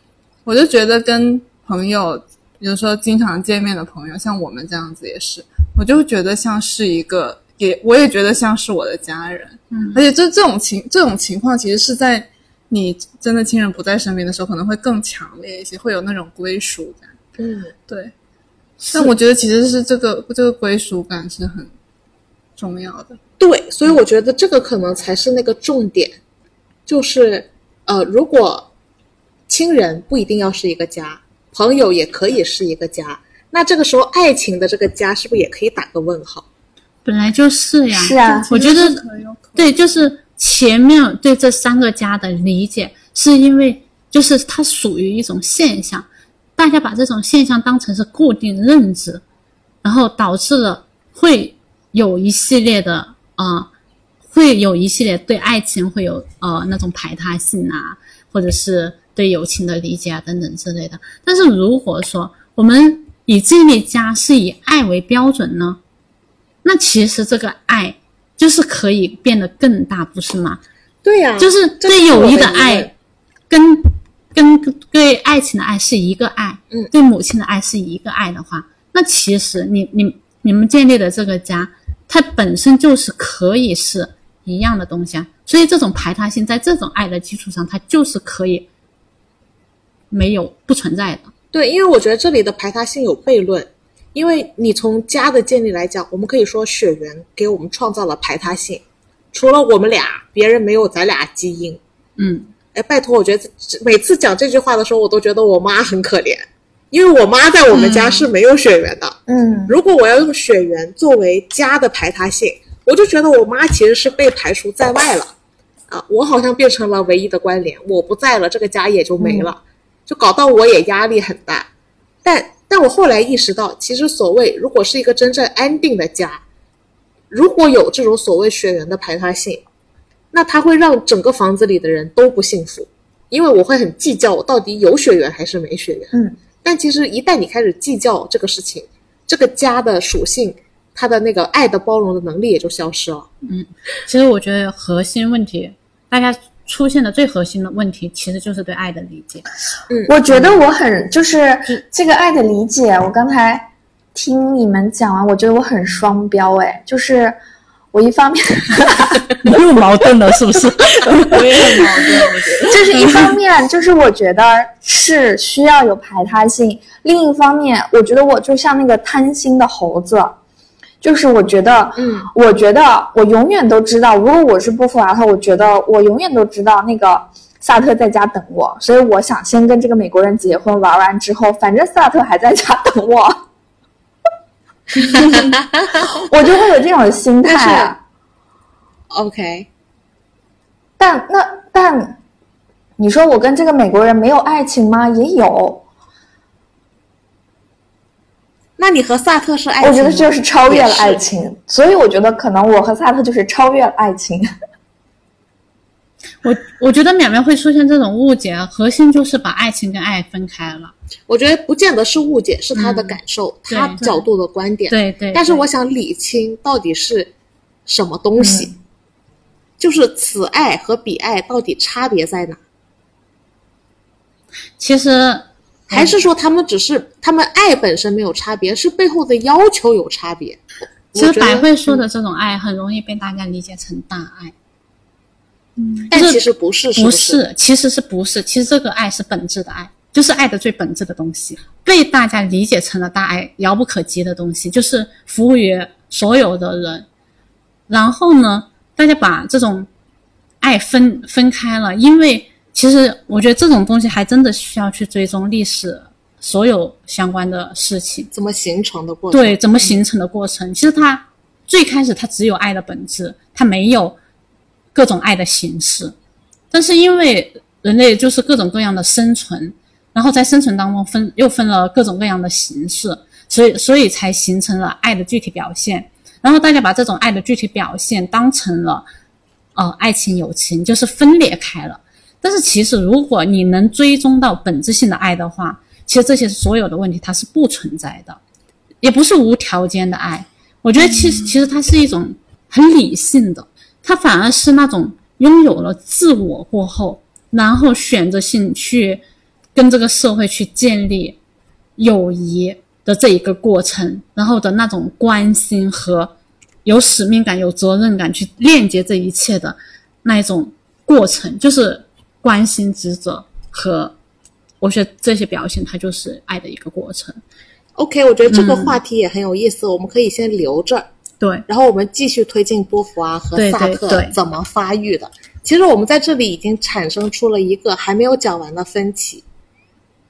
我就觉得跟朋友，比如说经常见面的朋友，像我们这样子也是，我就觉得像是一个，也我也觉得像是我的家人。嗯，而且这这种情这种情况，其实是在你真的亲人不在身边的时候，可能会更强烈一些，会有那种归属感。嗯，对，但我觉得其实是这个这个归属感是很重要的。对，所以我觉得这个可能才是那个重点，就是呃，如果亲人不一定要是一个家，朋友也可以是一个家，那这个时候爱情的这个家是不是也可以打个问号？本来就是呀。是啊我觉得可有可对，就是前面对这三个家的理解，是因为就是它属于一种现象，大家把这种现象当成是固定认知，然后导致了会有一系列的啊、呃会有一系列对爱情会有呃那种排他性啊，或者是对友情的理解啊等等之类的。但是如果说我们以建立家是以爱为标准呢，那其实这个爱就是可以变得更大，不是吗？对呀、就是嗯这是对友我谊的的疑问爱，跟跟对爱情的爱是一个爱，嗯对母亲的爱是一个爱的话，那其实你你你们建立的这个家，它本身就是可以是一样的东西啊。所以这种排他性在这种爱的基础上，它就是可以没有不存在的。对，因为我觉得这里的排他性有悖论，因为你从家的建立来讲，我们可以说血缘给我们创造了排他性，除了我们俩，别人没有咱俩基因。嗯，哎，拜托，我觉得这每次讲这句话的时候，我都觉得我妈很可怜，因为我妈在我们家是没有血缘的。嗯，如果我要用血缘作为家的排他性，我就觉得我妈其实是被排除在外了，啊，我好像变成了唯一的关联，我不在了，这个家也就没了，就搞到我也压力很大。但但我后来意识到，其实所谓如果是一个真正安定的家，如果有这种所谓血缘的排他性，那它会让整个房子里的人都不幸福，因为我会很计较我到底有血缘还是没血缘。嗯，但其实一旦你开始计较这个事情，这个家的属性，它的那个爱的包容的能力也就消失了。其实我觉得核心问题，大家出现的最核心的问题，其实就是对爱的理解。我觉得我很就是这个爱的理解，我刚才听你们讲完，我觉得我很双标哎，就是我一方面你又矛盾了，是不是？我也很矛盾，我觉得。就是一方面就是我觉得是需要有排他性，另一方面我觉得我就像那个贪心的猴子，就是我觉得，嗯，我觉得我永远都知道，如果我是波伏娃的话，我觉得我永远都知道那个萨特在家等我，所以我想先跟这个美国人结婚，玩完之后，反正萨特还在家等我， <laughs> 我就会有这种心态啊。 OK，但那但，你说我跟这个美国人没有爱情吗？也有，那你和萨特是爱情我吗？觉得就是超越了爱也是。情，所以我觉得可能我和萨特就是超越了爱情。我我觉得淼淼会出现这种误解，核心就是把爱情跟爱分开了。我觉得不见得是误解，是他的嗯感受，对他对角度的观点。对对，但是对我想理清到底是什么东西，嗯就是此爱和彼爱到底差别在哪？嗯其实还是说他们只是他们爱本身没有差别，是背后的要求有差别？其我实觉百得嗯惠说的这种爱，很容易被大家理解成大爱，嗯但就是其实不是，是不是？是，其实是不是？其实这个爱是本质的爱，就是爱的最本质的东西，被大家理解成了大爱，遥不可及的东西，就是服务于所有的人。然后呢，大家把这种爱分分开了，因为其实我觉得这种东西还真的需要去追踪历史所有相关的事情。怎么形成的过程？嗯对，怎么形成的过程。其实它最开始它只有爱的本质，它没有各种爱的形式。但是因为人类就是各种各样的生存，然后在生存当中分又分了各种各样的形式，所以所以才形成了爱的具体表现。然后大家把这种爱的具体表现当成了，呃，爱情、友情，就是分裂开了。但是其实，如果你能追踪到本质性的爱的话，其实这些所有的问题它是不存在的。也不是无条件的爱。我觉得其实其实它是一种很理性的，它反而是那种拥有了自我过后，然后选择性去跟这个社会去建立友谊的这一个过程，然后的那种关心和有使命感、有责任感去链接这一切的那一种过程，就是关心、职责和。我觉得这些表现，它就是爱的一个过程。 OK，我觉得这嗯个话题也很有意思，我们可以先留这儿，对，然后我们继续推进波伏娃和对萨对特对怎么发育的。其实我们在这里已经产生出了一个还没有讲完的分歧，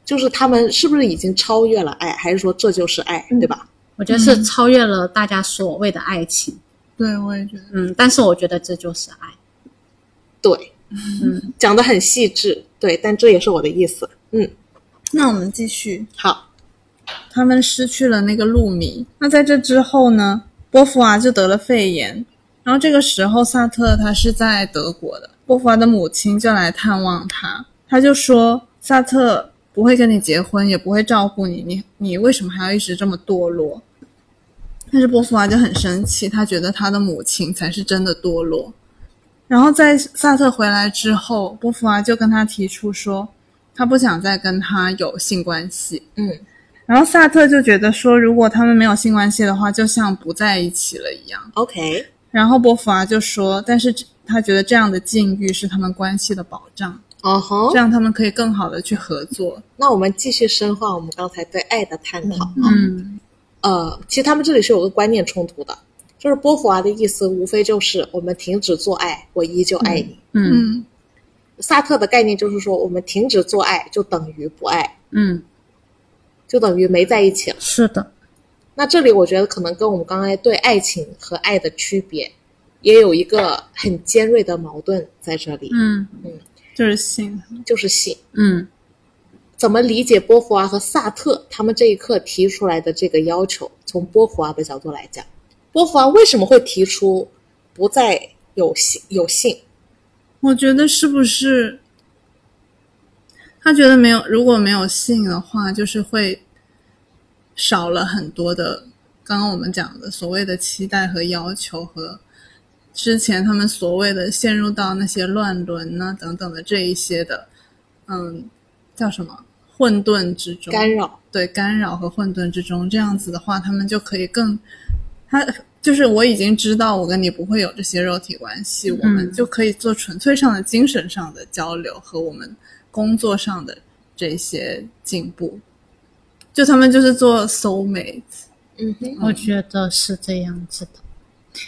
就是他们是不是已经超越了爱，还是说这就是爱，嗯对吧？我觉得是超越了大家所谓的爱情，对，我也觉得。嗯，但是我觉得这就是爱，对，嗯，讲的很细致，对，但这也是我的意思，嗯。那我们继续，好，他们失去了那个路米。那在这之后呢，波伏娃就得了肺炎。然后这个时候，萨特他是在德国的，波伏娃的母亲就来探望他，他就说：“萨特不会跟你结婚，也不会照顾你，你你为什么还要一直这么堕落？”但是波伏娃就很生气，他觉得他的母亲才是真的堕落。然后在萨特回来之后，波伏娃就跟他提出说，他不想再跟他有性关系。嗯，然后萨特就觉得说，如果他们没有性关系的话，就像不在一起了一样。 ，OK，然后波伏娃就说，但是他觉得这样的境遇是他们关系的保障，哦吼这，样他们可以更好的去合作。那我们继续深化我们刚才对爱的探讨。嗯呃，其实他们这里是有个观念冲突的，就是波伏娃的意思无非就是我们停止做爱，我依旧爱你。嗯嗯萨特的概念就是说，我们停止做爱就等于不爱，嗯，就等于没在一起了。是的，那这里我觉得可能跟我们刚才对爱情和爱的区别，也有一个很尖锐的矛盾在这里，嗯就是性。就是性。嗯怎么理解波伏娃和萨特他们这一刻提出来的这个要求？从波伏娃的角度来讲，波伏娃为什么会提出不再有性有性？我觉得是不是他觉得没有，如果没有性的话，就是会少了很多的刚刚我们讲的所谓的期待和要求和之前他们所谓的陷入到那些乱伦呐、等等的这一些的，嗯，叫什么混沌之中干扰，对干扰和混沌之中，这样子的话，他们就可以更，他就是我已经知道我跟你不会有这些肉体关系，我们就可以做纯粹上的精神上的交流和我们工作上的这些进步。就他们就是做 soul mate，嗯哼，我觉得是这样子的。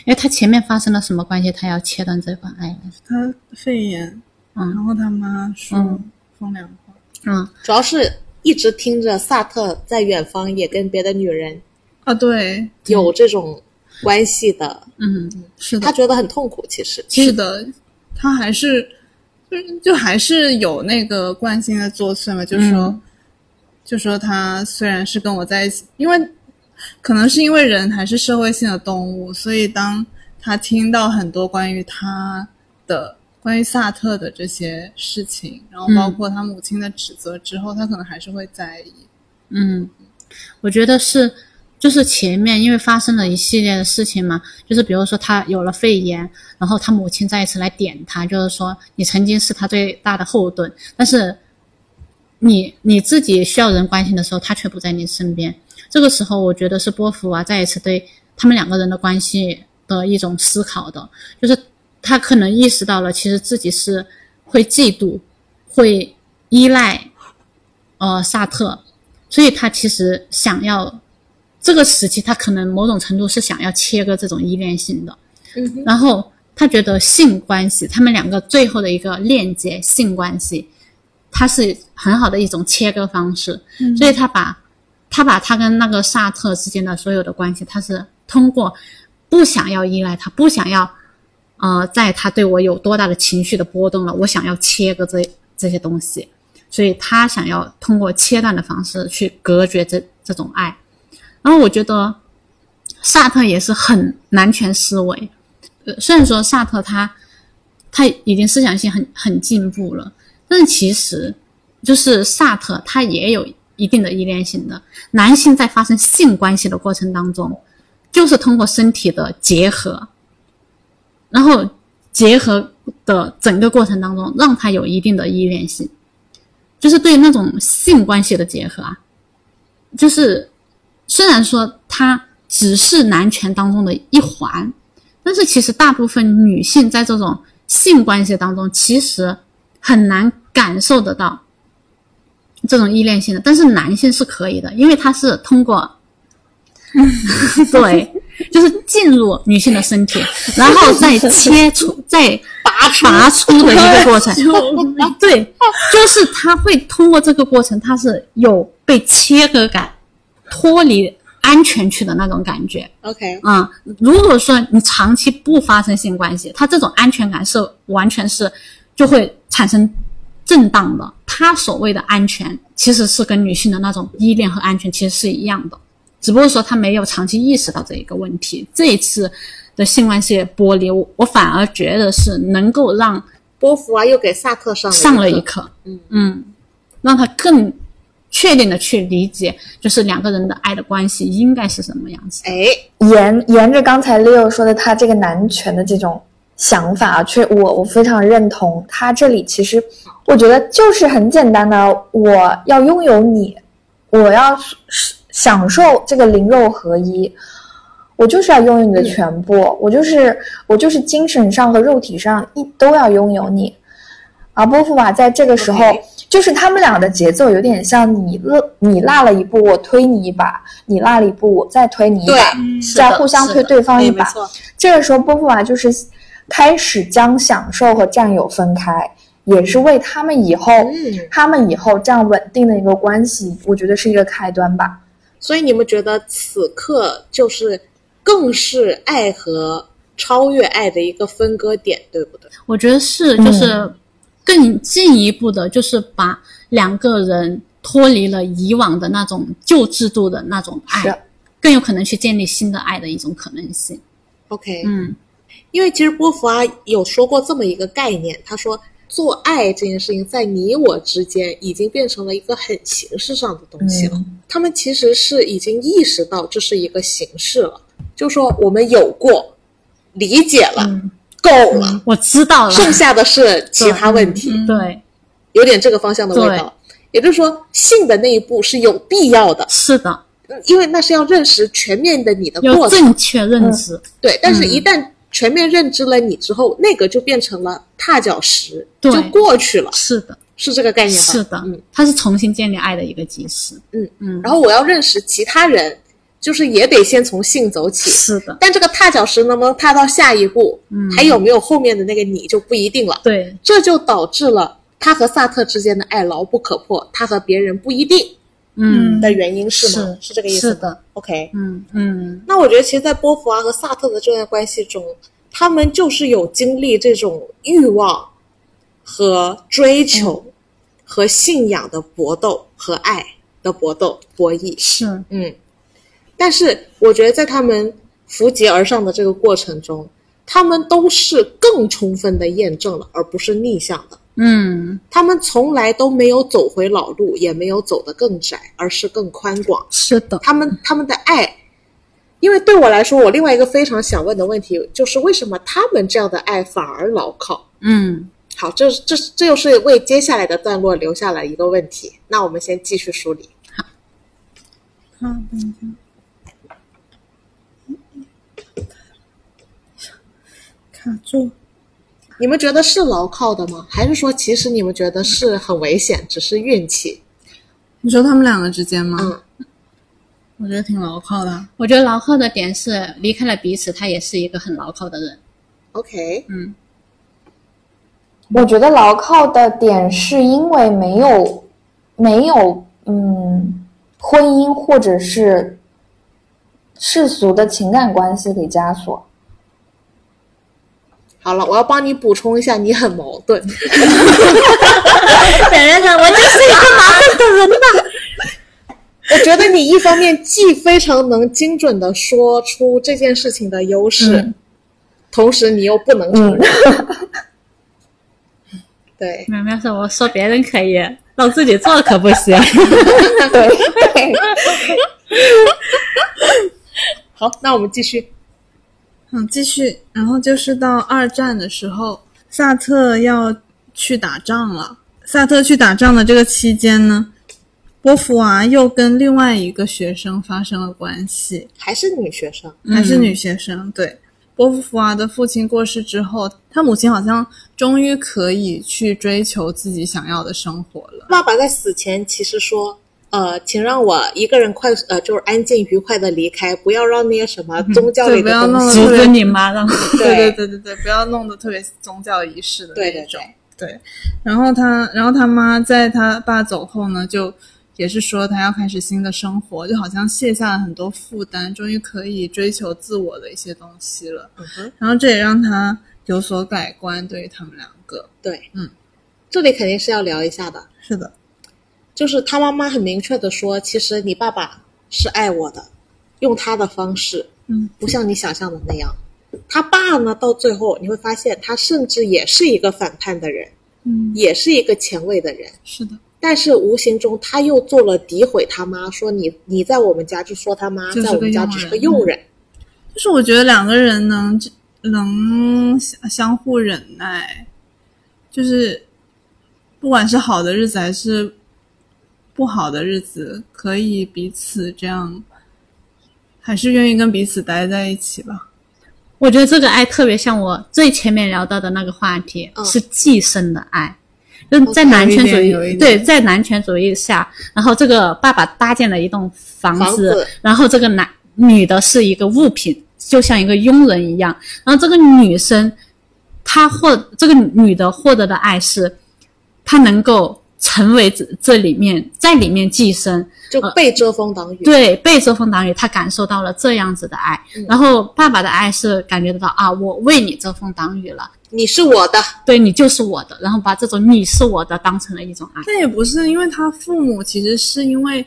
哎，他前面发生了什么关系？他要切断这段爱来着？他肺炎，嗯然后他妈说嗯风凉话，嗯，主要是一直听着萨特在远方也跟别的女人啊，对，有这种关系的，嗯，是的他，觉得很痛苦。其实，是的，他还是就就还是有那个惯性的作祟嘛，就说、嗯就说他虽然是跟我在一起，因为可能是因为人还是社会性的动物，所以当他听到很多关于他的。关于萨特的这些事情，然后包括他母亲的指责之后，他可能还是会在意。嗯，我觉得是，就是前面因为发生了一系列的事情嘛，就是比如说他有了肺炎，然后他母亲再一次来点他，就是说你曾经是他最大的后盾，但是你你自己需要人关心的时候，他却不在你身边。这个时候，我觉得是波伏娃、再一次对他们两个人的关系的一种思考的，就是他可能意识到了，其实自己是会嫉妒、会依赖，呃，萨特，所以他其实想要这个时期，他可能某种程度是想要切割这种依恋性的。嗯哼，然后他觉得性关系，他们两个最后的一个链接性关系，它是很好的一种切割方式。嗯所以他把他把他跟那个萨特之间的所有的关系，他是通过不想要依赖他，不想要呃，在他对我有多大的情绪的波动了，我想要切割这这些东西，所以他想要通过切断的方式去隔绝这这种爱。然后我觉得萨特也是很男权思维，呃虽然说萨特他他已经思想性很很进步了，但是其实就是萨特他也有一定的依恋性的。男性在发生性关系的过程当中，就是通过身体的结合，然后结合的整个过程当中，让他有一定的依恋性，就是对那种性关系的结合啊，就是虽然说它只是男权当中的一环，但是其实大部分女性在这种性关系当中，其实很难感受得到这种依恋性的，但是男性是可以的，因为他是通过， <laughs> 对，就是进入女性的身体，然后再切除、再拔拔出的一个过程。嗯对，就是他会通过这个过程，他是有被切割感，脱离安全区的那种感觉。 ，OK，啊、如果说你长期不发生性关系，他这种安全感是完全是就会产生震荡的。他所谓的安全，其实是跟女性的那种依恋和安全其实是一样的，只不过说他没有长期意识到这一个问题。这一次的性关系剥离，我我反而觉得是能够让波伏娃又给萨克上上了了一课，课，嗯让他更确定的去理解，就是两个人的爱的关系应该是什么样子。哎，沿沿着刚才 Leo 说的他这个男权的这种想法啊，确我我非常认同。他这里其实我觉得就是很简单的，我要拥有你，我要享受这个灵肉合一，我就是要拥有你的全部，我就是我就是精神上和肉体上一都要拥有你。而波伏娃在这个时候 OK 就是他们俩的节奏有点像你落你落了一步，我推你一把；你落了一步，我再推你一把，是在的互相是推的对方哎一没把。错，这个时候，波伏娃就是开始将享受和占有分开，也是为他们以后、嗯，他们以后这样稳定的一个关系，我觉得是一个开端吧。所以你们觉得此刻就是更是爱和超越爱的一个分割点，对不对？我觉得是，就是更进一步的，就是把两个人脱离了以往的那种旧制度的那种是爱，更有可能去建立新的爱的一种可能性。 OK，嗯，因为其实波伏娃有说过这么一个概念，他说做爱这件事情在你我之间已经变成了一个很形式上的东西了。他们其实是已经意识到这是一个形式了，就说我们有过，理解了，够了，我知道了，剩下的是其他问题，嗯对，有点这个方向的味道。也就是说，性的那一步是有必要的，是的，嗯因为那是要认识全面的你的呃过有程。正确认知，对，但嗯是一旦全面认知了你之后，那个就变成了踏脚石，对就过去了，是的，是这个概念吧？是的嗯，它是重新建立爱的一个基石。嗯嗯，然后我要认识其他人，就是也得先从性走起。是的，但这个踏脚石能不能踏到下一步，嗯还有没有后面的那个你就不一定了。对，这就导致了他和萨特之间的爱牢不可破，他和别人不一定嗯，的原因是吗？是是这个意思是吗的， OK，嗯嗯，那我觉得，其实，在波伏娃和萨特的这段关系中，他们就是有经历这种欲望和追求、和信仰的搏斗和爱的搏斗博弈。是嗯，但是我觉得，在他们扶节而上的这个过程中，他们都是更充分的验证了，而不是逆向的。嗯他们从来都没有走回老路，也没有走得更窄，而是更宽广。是的，他们他们的爱，因为对我来说，我另外一个非常想问的问题就是，为什么他们这样的爱反而牢靠？嗯。好，这这这又是为接下来的段落留下了一个问题。那我们先继续梳理。卡住。你们觉得是牢靠的吗？还是说，其实你们觉得是很危险，只是运气？你说他们两个之间吗？嗯，我觉得挺牢靠的。我觉得牢靠的点是离开了彼此，他也是一个很牢靠的人。 OK，嗯，我觉得牢靠的点是因为没有没有嗯婚姻或者是世俗的情感关系给枷锁。 <laughs> 好了，我要帮你补充一下，你很矛盾。 <laughs> 本人呢，我就是一个矛盾的人吧。 <laughs> 我觉得你一方面既非常能精准的说出这件事情的优势，嗯同时你又不能承认。嗯 <laughs> 对，苗苗说：“我说别人可以，让自己做可不行。对对，好，那我们继续。嗯，继续，然后就是到二战的时候，萨特要去打仗了。萨特去打仗的这个期间呢，波伏娃又跟另外一个学生发生了关系，还是女学生，还是女学生。对，波伏娃的父亲过世之后，她母亲好像终于可以去追求自己想要的生活了。爸爸在死前其实说，呃，请让我一个人快，呃，就是安静愉快的离开，不要让那些什嗯么宗教类对不的要东弄”西。得 <laughs> 阻止你妈让 <laughs> 对对对对对，不要弄得特别宗教仪式的对那对种对。对，然后他，然后他妈在他爸走后呢，就也是说他要开始新的生活，就好像卸下了很多负担，终于可以追求自我的一些东西了。嗯哼，然后这也让他有所改观，对于他们两个。对，嗯。这里肯定是要聊一下的。是的，就是他妈妈很明确的说，其实你爸爸是爱我的，用他的方式，嗯，不像你想象的那样。他爸呢，到最后你会发现，他甚至也是一个反叛的人，嗯，也是一个前卫的人，是的，但是无形中他又做了诋毁他妈，说你你在我们家就说他妈就是在我们家个佣只是人嗯个佣人，就是我觉得两个人能能相相互忍耐，就是不管是好的日子还是不好的日子，可以彼此这样，还是愿意跟彼此待在一起吧。 <laughs> 我觉得这个爱特别像我最前面聊到的那个话题，嗯是寄生的爱。就是在 OK，男权主义有一点有一点对，在男权主义下，然后这个爸爸搭建了一栋房房子然后这个男女的是一个物品，就像一个佣人一样。然后这个女生，她获这个女的获得的爱是，她能够成为这这里面在里面寄生，就嗯被遮风挡雨。对，被遮风挡雨，他感受到了这样子的爱，嗯然后爸爸的爱是感觉得到啊，我为你遮风挡雨了，你是我的，对你就是我的，然后把这种你是我的当成了一种爱，但也不是，因为他父母其实是因为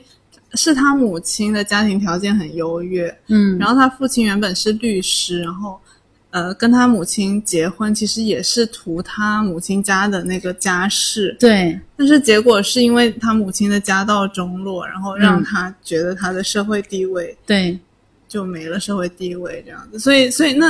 是他母亲的家庭条件很优越，嗯，然后他父亲原本是律师，然后呃跟他母亲结婚，其实也是图他母亲家的那个家世，对，但是结果是因为他母亲的家道中落，然后让他觉得他的社会地位对，就没了社会地位这样子，所以所以那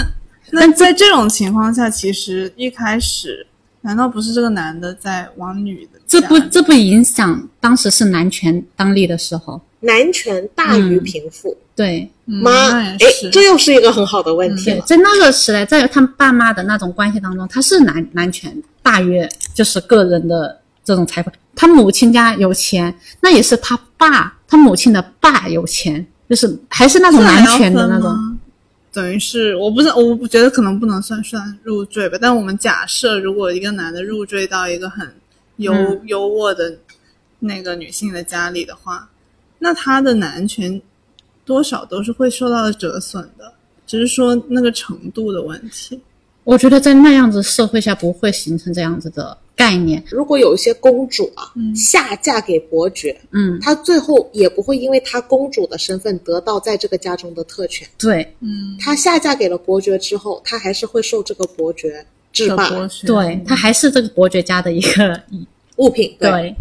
那但在这种情况下，其实一开始难道不是这个男的在往女的这家不里这不影响当时是男权当立的时候，男权大于嗯贫富。对嗯妈，那哎也是，嗯这又是一个很好的问题对，了。在那个时代，在他爸妈的那种关系当中，他是男男权大于就是个人的这种财富，他母亲家有钱，那也是他爸他母亲的爸有钱。就是还是那种这还男要权的分那种，吗。等于是我不知道，我不觉得可能不能算算入赘吧。但我们假设，如果一个男的入赘到一个很优、嗯优渥的那个女性的家里的话，那他的男权多少都是会受到折损的，只是说那个程度的问题。我觉得在那样子社会下不会形成这样子的概念。如果有一些公主啊，嗯下嫁给伯爵，嗯，她最后也不会因为她公主的身份得到在这个家中的特权。对嗯，她下嫁给了伯爵之后，她还是会受这个伯爵制的霸剥削对，他还是这个伯爵家的一个物品，对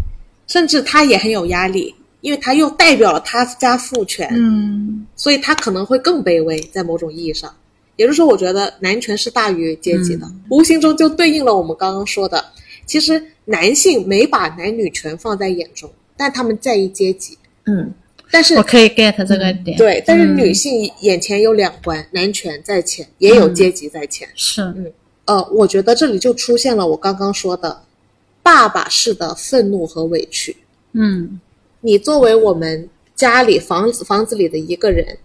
甚至她也很有压力，因为她又代表了她家父权，嗯所以她可能会更卑微，在某种意义上。也就是说，我觉得男权是大于阶级的，无形中就对应了我们刚刚说的，其实男性没把男女权放在眼中，但他们在意阶级。嗯，但是我可以 get 这个点。对，但是女性眼前有两关，男权在前，也有阶级在前。是呃，我觉得这里就出现了我刚刚说的爸爸式的愤怒和委屈。嗯你作为我们家里房子房子里的一个人，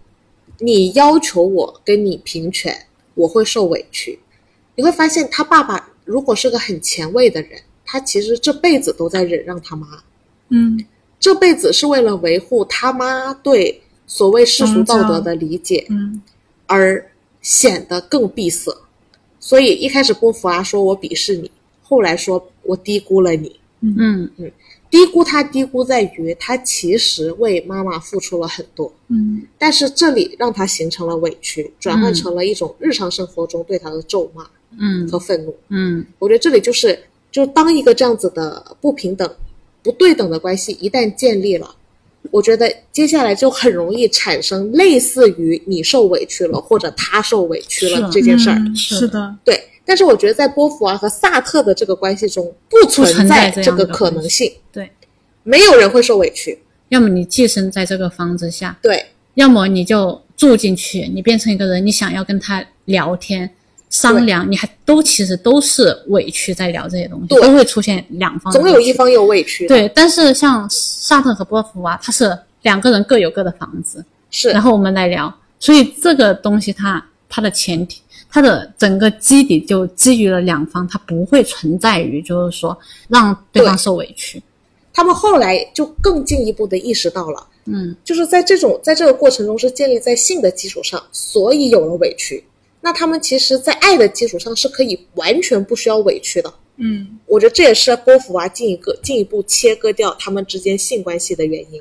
你要求我跟你平权，我会受委屈。你会发现，他爸爸如果是个很前卫的人，他其实这辈子都在忍让他妈，嗯这辈子是为了维护他妈对所谓世俗道德的理解，嗯而显得更闭塞。所以一开始波伏娃说我鄙视你，后来说我低估了你。嗯低估他，低估在于他其实为妈妈付出了很多，嗯但是这里让他形成了委屈，转换成了一种日常生活中对他的咒骂嗯和愤怒。嗯我觉得这里就是，就当一个这样子的不平等、不对等的关系一旦建立了，我觉得接下来就很容易产生类似于你受委屈了或者他受委屈是了啊这件事儿。嗯是是的的，对，但是我觉得在波伏娃和萨特的这个关系中，不存存在在这个这样的可能关性。对，没有人会受委屈。要么你寄生在这个房子下，对，要么你就住进去，你变成一个人，你想要跟他聊天、商量，你还都其实都是委屈在聊这些东西，对都会出现两方的总有委屈一方有委屈的。哦对。但是像萨特和波伏娃，他是两个人各有各的房子，是然后我们来聊。所以这个东西它它的前提，它的整个基底就基于了两方，它不会存在于就是说让对方对受委屈。他们后来就更进一步的意识到了，嗯，就是在这种在这个过程中是建立在性的基础上，所以有了委屈。那他们其实，在爱的基础上是可以完全不需要委屈的。嗯我觉得这也是波伏娃进一个进一步切割掉他们之间性关系的原因，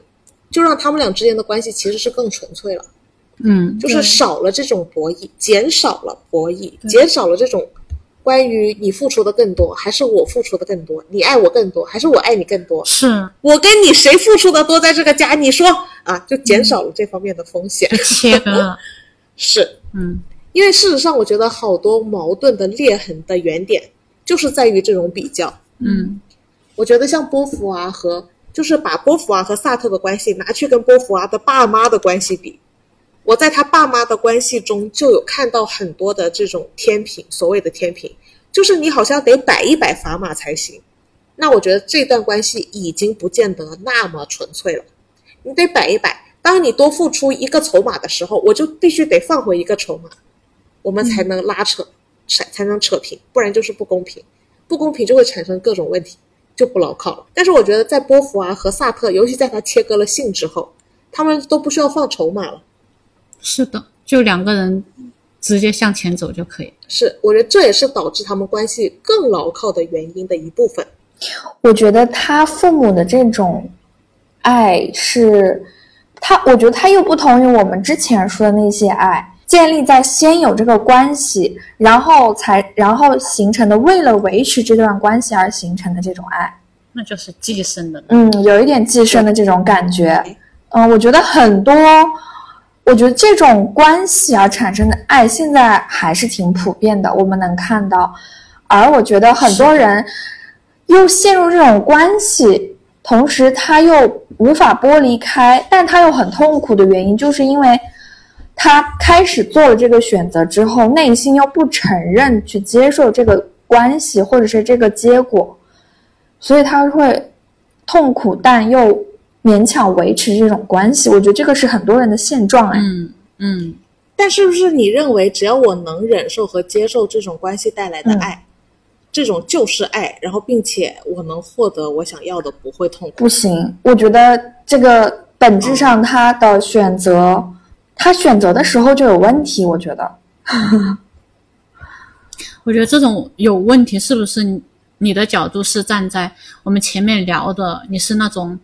就让他们俩之间的关系其实是更纯粹了，嗯，就是对少了这种博弈，减少了博弈，对减少了这种关于你付出的更多还是我付出的更多，你爱我更多还是我爱你更多，是我跟你谁付出的多，在这个家你说啊，就减少了这方面的风险。切割了，是嗯，因为事实上，我觉得好多矛盾的裂痕的原点就是在于这种比较。嗯，我觉得像波伏娃、和就是把波伏娃、和萨特的关系拿去跟波伏娃的爸妈的关系比，我在他爸妈的关系中就有看到很多的这种天平，所谓的天平，就是你好像得摆一摆砝码才行。那我觉得这段关系已经不见得那么纯粹了，你得摆一摆。当你多付出一个筹码的时候，我就必须得放回一个筹码，我们才能拉扯，才才能扯平，不然就是不公平。不公平就会产生各种问题，就不牢靠了。但是我觉得在波伏娃、和萨特，尤其在他切割了性之后，他们都不需要放筹码了。是的，就两个人直接向前走就可以。是，我觉得这也是导致他们关系更牢靠的原因的一部分。我觉得他父母的这种爱是，他我觉得他又不同于我们之前说的那些爱，建立在先有这个关系，然后才然后形成的，为了维持这段关系而形成的这种爱，那就是寄生的，嗯，有一点寄生的这种感觉。嗯，我觉得很多，我觉得这种关系而产生的爱，现在还是挺普遍的，我们能看到。而我觉得很多人又陷入这种关系，同时他又无法剥离开，但他又很痛苦的原因，就是因为他开始做了这个选择之后，内心又不承认去接受这个关系或者是这个结果，所以他会痛苦，但又勉强维持这种关系。我觉得这个是很多人的现状哎。嗯嗯，但是不是你认为只要我能忍受和接受这种关系带来的嗯爱，这种就是爱，然后并且我能获得我想要的，不会痛苦？不行，我觉得这个本质上他的选择，他选择的时候就有问题。我觉得，我觉得这种有问题，是不是你你的角度是站在我们前面聊的，你是那种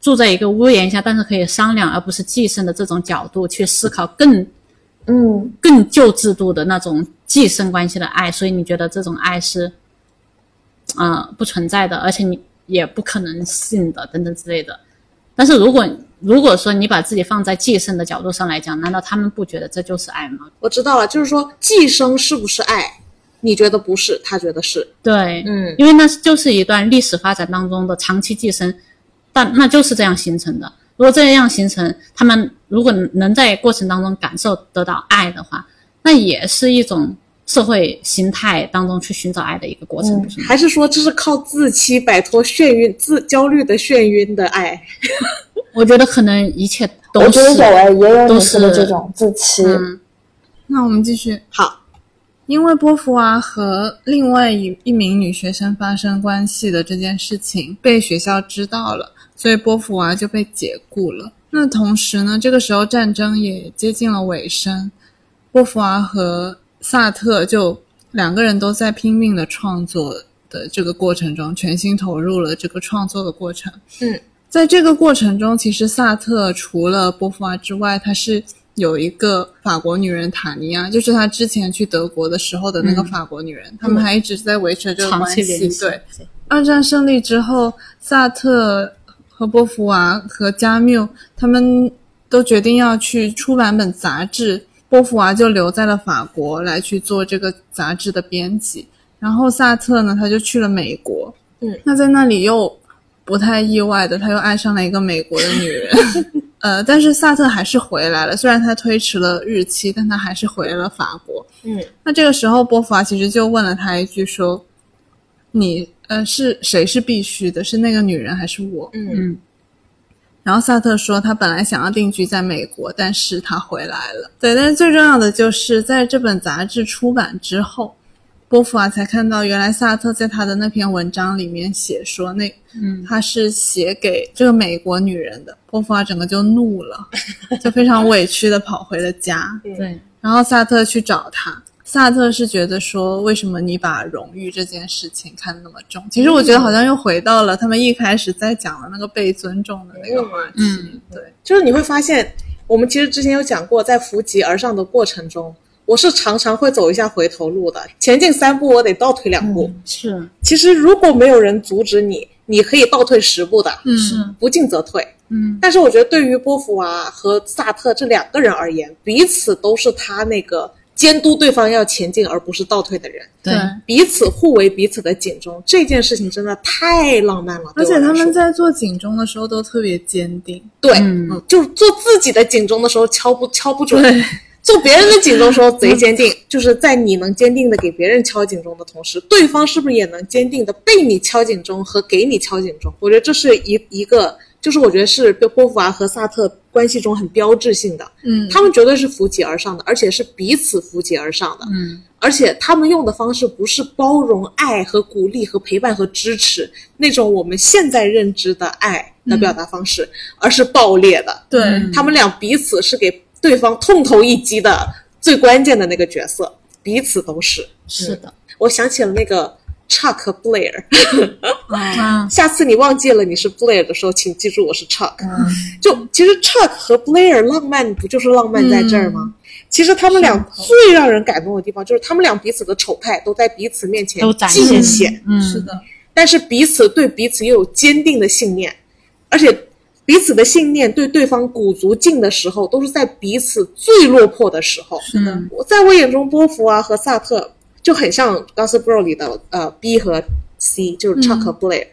住在一个屋檐下，但是可以商量，而不是寄生的这种角度去思考更嗯，更旧制度的那种寄生关系的爱，所以你觉得这种爱是，呃，不存在的，而且你也不可能信的，等等之类的。但是如果如果说你把自己放在寄生的角度上来讲，难道他们不觉得这就是爱吗？我知道了，就是说寄生是不是爱？你觉得不是，他觉得是。对，嗯因为那就是一段历史发展当中的长期寄生，但那就是这样形成的。如果这样形成，他们如果能在过程当中感受得到爱的话，那也是一种社会形态当中去寻找爱的一个过程，嗯不是吗？还是说这是靠自欺摆脱眩晕、自焦虑的眩晕的爱？我觉得可能一切都我觉得是，有哎，也有都你说的是这种自欺。嗯，那我们继续。好，因为波伏娃和另外一一名女学生发生关系的这件事情被学校知道了，所以波伏娃就被解雇了。那同时呢，这个时候战争也接近了尾声，波伏娃和萨特就两个人都在拼命的创作的这个过程中，全心投入了这个创作的过程。嗯，在这个过程中，其实萨特除了波伏娃之外，他是有一个法国女人塔尼亚，就是他之前去德国的时候的那个法国女人，他们还一直在维持这个嗯长关期系。联系，对，二战胜利之后，萨特和波伏娃和加缪他们都决定要去出版本杂志，波伏娃就留在了法国来去做这个杂志的编辑，然后萨特呢他就去了美国，嗯，那在那里又不太意外的他又爱上了一个美国的女人。 <laughs> 呃，但是萨特还是回来了，虽然他推迟了日期，但他还是回来了法国。嗯，那这个时候波伏娃其实就问了他一句说：“你呃是谁是必须的？是那个女人还是我？”嗯嗯，然后萨特说他本来想要定居在美国，但是他回来了。对，但是最重要的就是在这本杂志出版之后，波伏娃才看到原来萨特在他的那篇文章里面写说那嗯，他是写给这个美国女人的。波伏娃整个 <laughs> 就怒了，就非常委屈的跑回了家。对，然后萨特去找他，萨特是觉得说，为什么你把荣誉这件事情看得那么重？其实我觉得好像又回到了他们一开始在讲的那个被尊重的那个话题。嗯对，就是你会发现，我们其实之前有讲过，在扶级而上的过程中，我是常常会走一下回头路的，前进三步我得倒退两步。是其实如果没有人阻止你，你可以倒退十步的，嗯是，不进则退。嗯但是我觉得对于波伏娃和萨特这两个人而言，彼此都是他那个监督对方要前进而不是倒退的人，对，彼此互为彼此的警钟，这件事情真的太浪漫了。而对且我来他们说在做警钟的时候都特别坚定。对，嗯就是做自己的警钟的时候敲不敲不准， <laughs> 做别人的警钟的时候贼坚定，就是在你能坚定的给别人敲警钟的同时，对方是不是也能坚定的被你敲警钟和给你敲警钟？我觉得这是一一个，就是我觉得是波伏娃和萨特关系中很标志性的，嗯，他们绝对是扶起而上的，而且是彼此扶起而上的，嗯而且他们用的方式不是包容、爱和鼓励和陪伴和支持那种我们现在认知的爱的表达方式，而是爆裂的。对，嗯他们俩彼此是给对方痛头一击的最关键的那个角色，彼此都是。是的，我想起了那个 Chuck Blair，啊下次你忘记了你是 Blair 的时候，请记住我是 Chuck。嗯，就其实 Chuck 和 Blair 浪漫不就是浪漫在这儿嗯吗？其实他们俩最让人感动的地方，就是他们俩彼此的丑态都在彼此面前都展现尽显，嗯是的，但是彼此对彼此又有坚定的信念，而且彼此的信念对对方鼓足劲的时候，都是在彼此最落魄的时候。是的，嗯我在我眼中，波伏啊娃、和萨特就很像《Gossip Girl》里的呃 B 和 C，就是 Chuck 和 Blair，、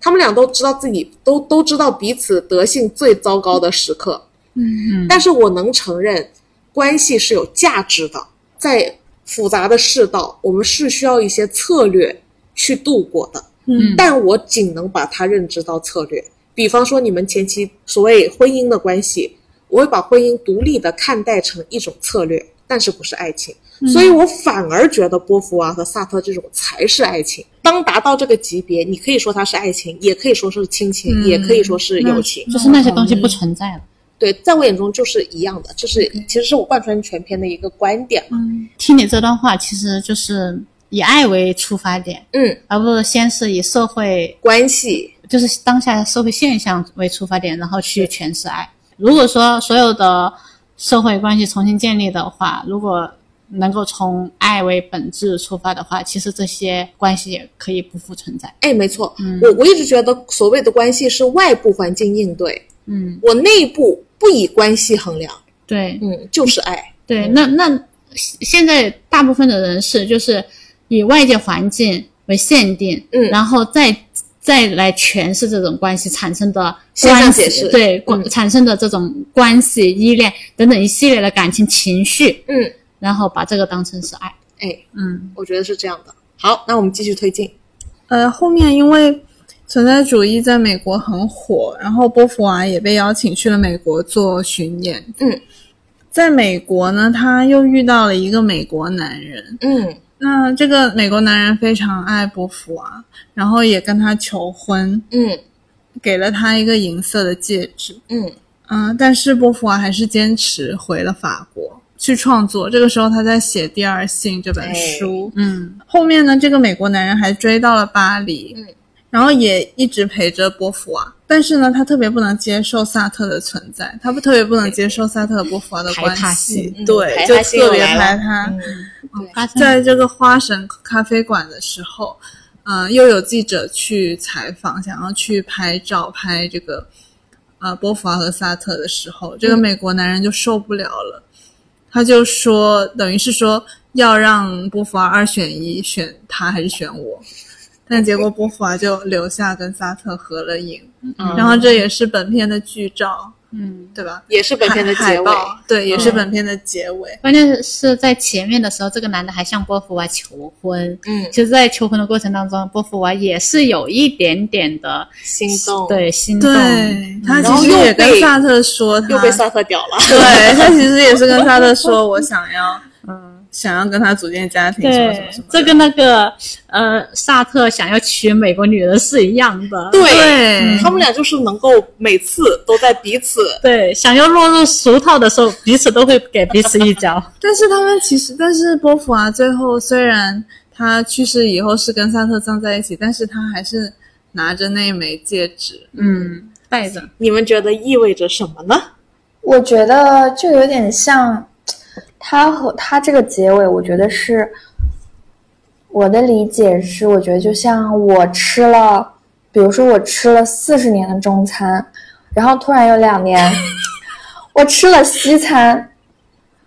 他们俩都知道自己都都知道彼此德性最糟糕的时刻，嗯嗯但是我能承认，关系是有价值的，在复杂的世道，我们是需要一些策略去度过的。嗯但我仅能把它认知到策略。比方说，你们前期所谓婚姻的关系，我会把婚姻独立的看待成一种策略，但是不是爱情。所以我反而觉得波伏娃、和萨特这种才是爱情。当达到这个级别，你可以说它是爱情，也可以说是亲情，嗯也可以说是友情。就是那些东西不存在了。对，在我眼中就是一样的，这是其实是我贯穿全篇的一个观点嘛。嗯听你这段话，其实就是以爱为出发点，嗯，而不是先是以社会关系，就是当下社会现象为出发点，然后去诠释爱。如果说所有的社会关系重新建立的话，如果能够从爱为本质出发的话，其实这些关系也可以不复存在。哎，没错，嗯我我一直觉得所谓的关系是外部环境应对，嗯，我内部不以关系衡量，对嗯，就是爱，对，那那现现在大部分的人是就是以外界环境为限定，嗯然后再再来诠释这种关系产生的现象关解系释，对，关嗯产生的这种关系、依恋等等一系列的感情情绪，嗯，然后把这个当成是爱，哎，嗯我觉得是这样的。好，那我们继续推进。呃，后面因为存在主义在美国很火，然后波伏娃也被邀请去了美国做巡演。嗯，在美国呢，他又遇到了一个美国男人。嗯那这个美国男人非常爱波伏娃，然后也跟他求婚，嗯给了他一个银色的戒指。嗯嗯，但是波伏娃还是坚持回了法国去创作。这个时候他在写《第二性》这本哎书。嗯后面呢，这个美国男人还追到了巴黎，嗯然后也一直陪着波伏娃。但是呢，他特别不能接受萨特的存在，他不特别不能接受萨特和波伏娃的排关他系性，嗯对，排就他性特又别来了嗯排他。发生在这个花神咖啡馆的时候，嗯、又有记者去采访，想要去拍照拍这个呃波伏娃和萨特的时候，这个美国男人就受不了了，他就说，等于是说要让波伏娃二选一，选他还是选我。但结果波伏娃就留下跟萨特合了影，嗯然后这也是本片的剧照，嗯，对吧？也是本片的海结海尾。报对，也是嗯本片的结尾。关键是在前面的时候，这个男的还向波伏娃求婚。嗯，其实，在求婚的过程当中，波伏娃也是有一点点的心动，，对心动，对他然后其实又也跟被萨特说他， <laughs> 又被萨特屌了。对他其实也是跟萨特说我想要想要跟他组建家庭什么什么对什么，的。这跟那个呃萨特想要娶美国女人是一样的。对对他们俩就是能够每次都在彼此对，想要落入俗套的时候，彼此都会给彼此一脚。 <laughs> 但是他们其实，但是波伏娃、最后虽然他去世以后是跟萨特葬在一起，但是他还是拿着那枚戒指。嗯，带着。你们觉得意味着什么呢？我觉得就有点像，他和他这个结尾，我觉得是我的理解是，我觉得就像我吃了，比如说我吃了四十年的中餐，然后突然有两年我吃了西餐，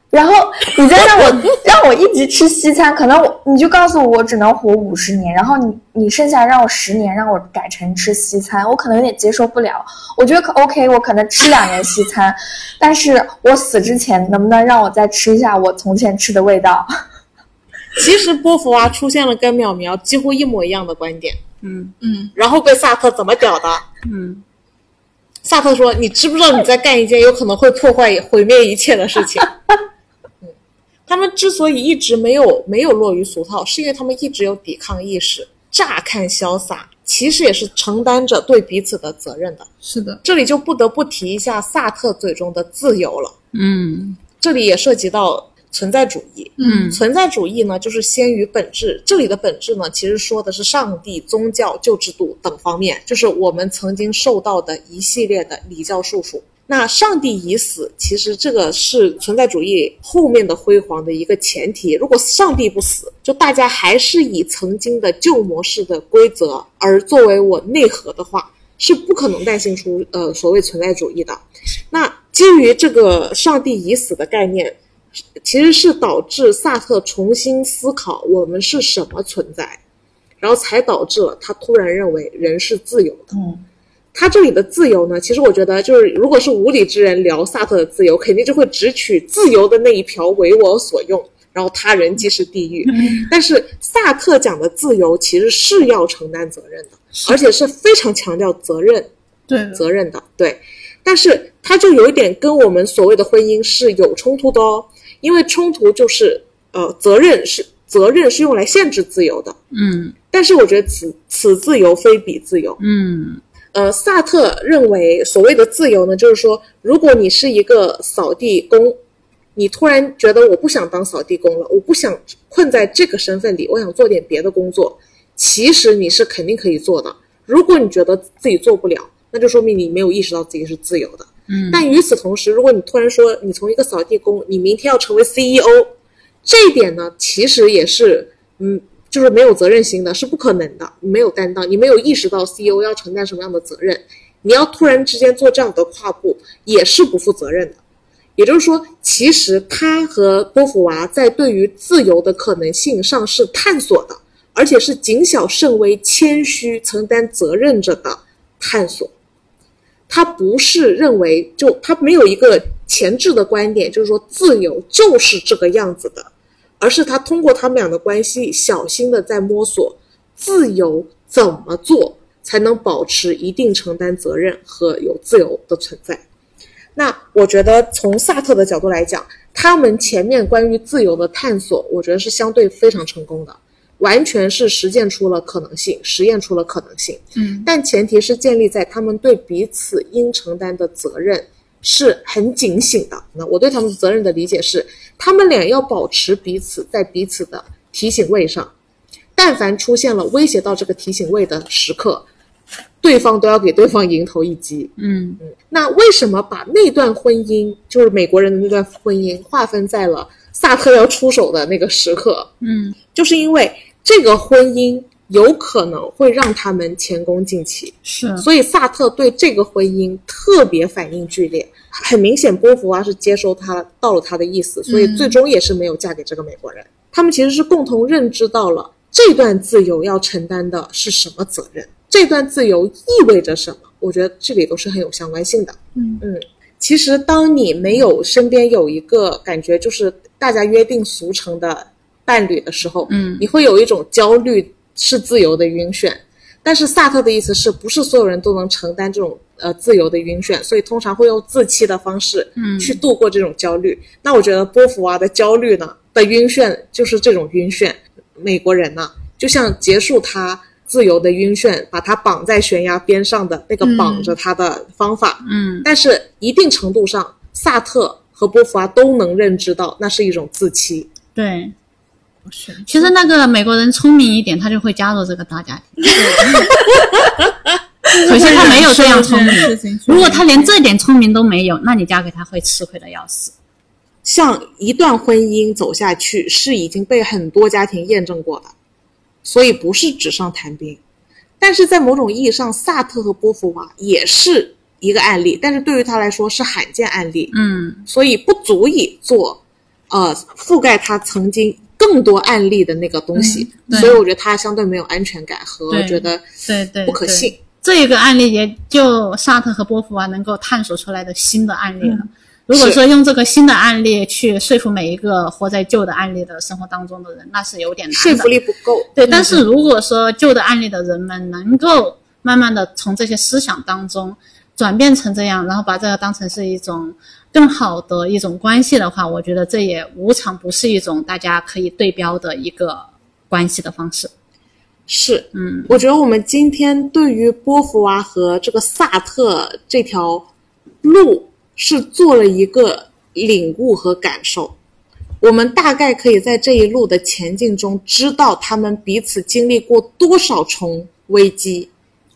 然后你再让我让我一直吃西餐，可能我你就告诉我我只能活五十年，然后你你剩下让我十年，让我改成吃西餐，我可能有点接受不了。我觉得可 OK，我可能吃两年西餐，但是我死之前能不能让我再吃一下我从前吃的味道？ <laughs> 其实波伏娃出现了跟淼淼几乎一模一样的观点，嗯嗯，然后被萨特怎么表达？嗯，萨特说：“你知不知道你在干一件有可能会破坏、毁灭一切的事情？” <laughs> 嗯，他们之所以一直没有没有落于俗套，是因为他们一直有抵抗意识。乍看潇洒，其实也是承担着对彼此的责任的。是的，这里就不得不提一下萨特嘴中的自由了。嗯，这里也涉及到存在主义。嗯存在主义呢，就是先于本质。这里的本质呢，其实说的是上帝、宗教、旧制度等方面，就是我们曾经受到的一系列的礼教束缚。那上帝已死，其实这个是存在主义后面的辉煌的一个前提。如果上帝不死，就大家还是以曾经的旧模式的规则而作为我内核的话，是不可能诞生出呃所谓存在主义的。那基于这个上帝已死的概念，其实是导致萨特重新思考我们是什么存在，然后才导致了他突然认为人是自由的。嗯，他这里的自由呢，其实我觉得就是，如果是无理之人聊萨特的自由，肯定就会只取自由的那一条为我所用，然后他人即是地狱。但是萨特讲的自由其实是要承担责任的，而且是非常强调责任对的，责任的，对。但是它就有一点跟我们所谓的婚姻是有冲突的哦，因为冲突就是呃，责任是责任是用来限制自由的，嗯，但是我觉得此此自由非彼自由，嗯，呃，萨特认为所谓的自由呢，就是说，如果你是一个扫地工，你突然觉得我不想当扫地工了，我不想困在这个身份里，我想做点别的工作，其实你是肯定可以做的。如果你觉得自己做不了，那就说明你没有意识到自己是自由的。嗯但与此同时，如果你突然说你从一个扫地工，你明天要成为 E CEO，这一点呢，其实也是，嗯，就是没有责任心的，是不可能的，没有担当，你没有意识到 CEO 要承担什么样的责任，你要突然之间做这样的跨步，也是不负责任的。也就是说，其实他和波伏娃在对于自由的可能性上是探索的，而且是谨小慎微、谦虚、承担责任着的探索。他不是认为就他没有一个前置的观点，就是说自由就是这个样子的，而是他通过他们俩的关系，小心的在摸索自由怎么做才能保持一定承担责任和有自由的存在。那我觉得从萨特的角度来讲，他们前面关于自由的探索，我觉得是相对非常成功的，完全是实践出了可能性，实验出了可能性。嗯，但前提是建立在他们对彼此应承担的责任是很警醒的。那我对他们责任的理解是，他们俩要保持彼此在彼此的提醒位上，但凡出现了威胁到这个提醒位的时刻，对方都要给对方迎头一击。嗯，那为什么把那段婚姻，就是美国人的那段婚姻，划分在了萨特要出手的那个时刻？嗯，就是因为这个婚姻有可能会让他们前功尽弃。是，嗯所以萨特对这个婚姻特别反应剧烈。很明显，波伏娃、是接收他到了他的意思，所以最终也是没有嫁给这个美国人。他们其实是共同认知到了这段自由要承担的是什么责任，这段自由意味着什么。我觉得这里都是很有相关性的。嗯其实当你没有身边有一个感觉就是大家约定俗成的伴侣的时候，嗯你会有一种焦虑是自由的晕眩。但是萨特的意思是不是所有人都能承担这种呃自由的晕眩，所以通常会用自欺的方式嗯去度过这种焦虑。那我觉得波伏娃、的焦虑呢，的晕眩就是这种晕眩。美国人呢、就像结束他自由的晕眩，把他绑在悬崖边上的那个绑着他的方法，嗯但是一定程度上，萨特和波伏娃都能认知到那是一种自欺。对。是嗯其实那个美国人聪明一点，他就会加入这个大家 <laughs> 庭。 <laughs> 可惜他没有这样聪这件明。事情如果他连这点聪明都没有，那你嫁给他会吃亏的要死。像一段婚姻走下去是已经被很多家庭验证过的，所以不是纸上谈兵。但是在某种意义上，萨特和波伏娃也是一个案例，但是对于他来说是罕见案例，嗯，所以不足以做，呃，覆盖他曾经更多案例的那个东西。嗯对所以我觉得他相对没有安全感和对觉得对对，不可对信。这个案例也就萨特和波伏娃能够探索出来的新的案例了。如嗯果是说用这个新的案例去说服每一个活在旧的案例的生活当中的人，那是有点难的。说服力不够。对，但是如果说旧的案例的人们能够慢慢的从这些思想当中转变成这样，然后把这个当成是一种更好的一种关系的话，我觉得这也无尝不是一种大家可以对标的一个关系的方式。是，嗯，我觉得我们今天对于波伏娃和这个萨特这条路是做了一个领悟和感受。我们大概可以在这一路的前进中，知道他们彼此经历过多少重危机，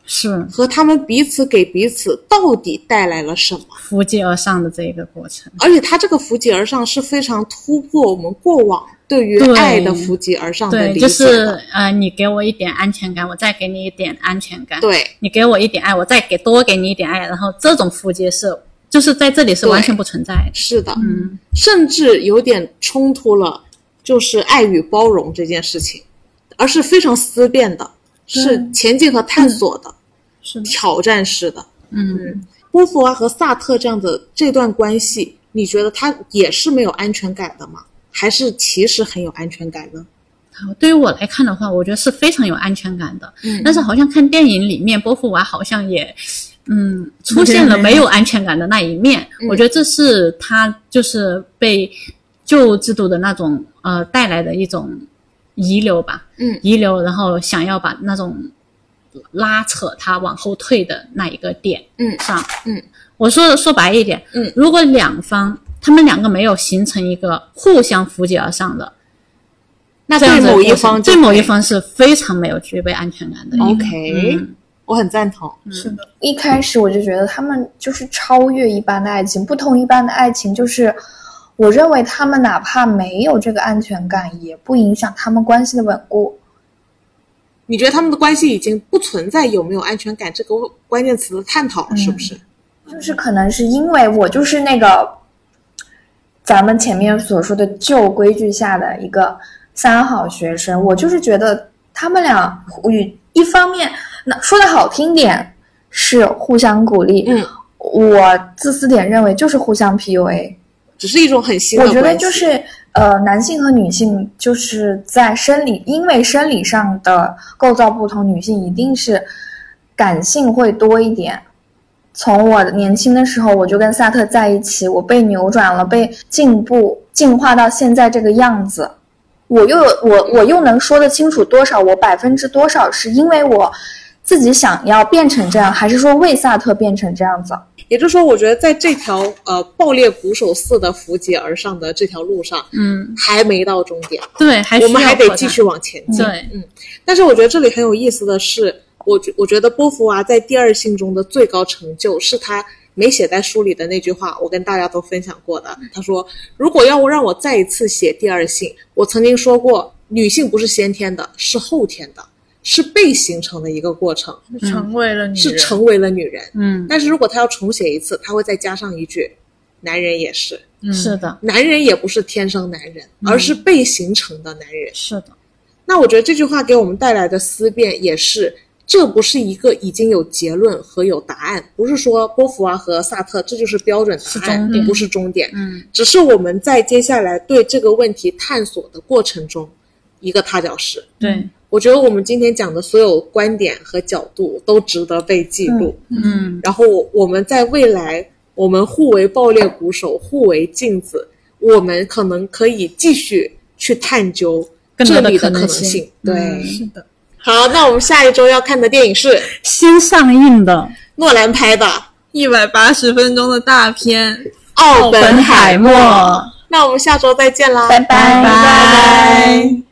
是和他们彼此给彼此到底带来了什么。扶阶而上的这一个过程。而且他这个扶级而上是非常突破我们过往对于对爱的扶级而上的对，理就解是的。呃，你给我一点安全感，我再给你一点安全感。对，你给我一点爱，我再给多给你一点爱，然后这种扶阶是就是在这里是完全不存在的。是的，嗯。甚至有点冲突了，就是爱与包容这件事情，而是非常思辨的，是前进和探索的，是的挑战式的。嗯，波伏娃和萨特这样的这段关系，你觉得他也是没有安全感的吗？还是其实很有安全感呢？对于我来看的话，我觉得是非常有安全感的。嗯但是好像看电影里面，波伏娃好像也，嗯，出现了没有安全感的那一面。嗯我觉得这是他就是被旧制度的那种呃带来的一种遗留吧，嗯遗留，然后想要把那种拉扯他往后退的那一个点，嗯上，嗯，我说说白一点，嗯如果两方他们两个没有形成一个互相扶阶而上的。那这对样子的某一过程方就对某可以一方是非常没有具备安全感的哦一个。 OK 嗯我很赞同。是的，一开始我就觉得他们就是超越一般的爱情，不同一般的爱情就是，我认为他们哪怕没有这个安全感，也不影响他们关系的稳固。你觉得他们的关系已经不存在有没有安全感这个关键词的探讨了，嗯是不是？就是可能是因为我就是那个咱们前面所说的旧规矩下的一个三好学生，我就是觉得他们俩与一方面，那说的好听点是互相鼓励，嗯，我自私点认为就是互相 PUA，只是一种很新的我关系。觉得就是呃，男性和女性就是在生理，因为生理上的构造不同，女性一定是感性会多一点。从我年轻的时候，我就跟萨特在一起，我被扭转了，被进步进化到现在这个样子。我又有我我又能说得清楚多少？我百分之多少是因为我自己想要变成这样，还是说为萨特变成这样子？也就是说，我觉得在这条呃爆裂鼓手似的扶阶而上的这条路上，嗯，还没到终点，对，还我需们要还得扩继大续。往前进。对，但是我觉得这里很有意思的是，我觉我觉得波伏娃在第二性中的最高成就是她没写在书里的那句话，我跟大家都分享过的。她说：“如果要让我再一次写第二性，我曾经说过，女性不是先天的，是后天的，是被形成的一个过程，是嗯成为了女人，是成为了女人。嗯，但是如果她要重写一次，她会再加上一句：男人也是，嗯是的，男人也不是天生男人，而嗯是被形成的男人。”是的，那我觉得这句话给我们带来的思辨也是，这不是一个已经有结论和有答案，不是说波伏娃和萨特这就是标准答是案终，点不是终点，嗯，只是我们在接下来对这个问题探索的过程中一个踏脚石。对，我觉得我们今天讲的所有观点和角度都值得被记录，嗯，然后我们在未来，我们互为爆裂鼓手，互为镜子，我们可能可以继续去探究更这多的里的可可能能性嗯性。对，是的，好，那我们下一周要看的电影是新上映的诺兰拍的《一百八十分钟的大片，奥《本本海海默》。默》。那我们下周再见啦，拜拜拜拜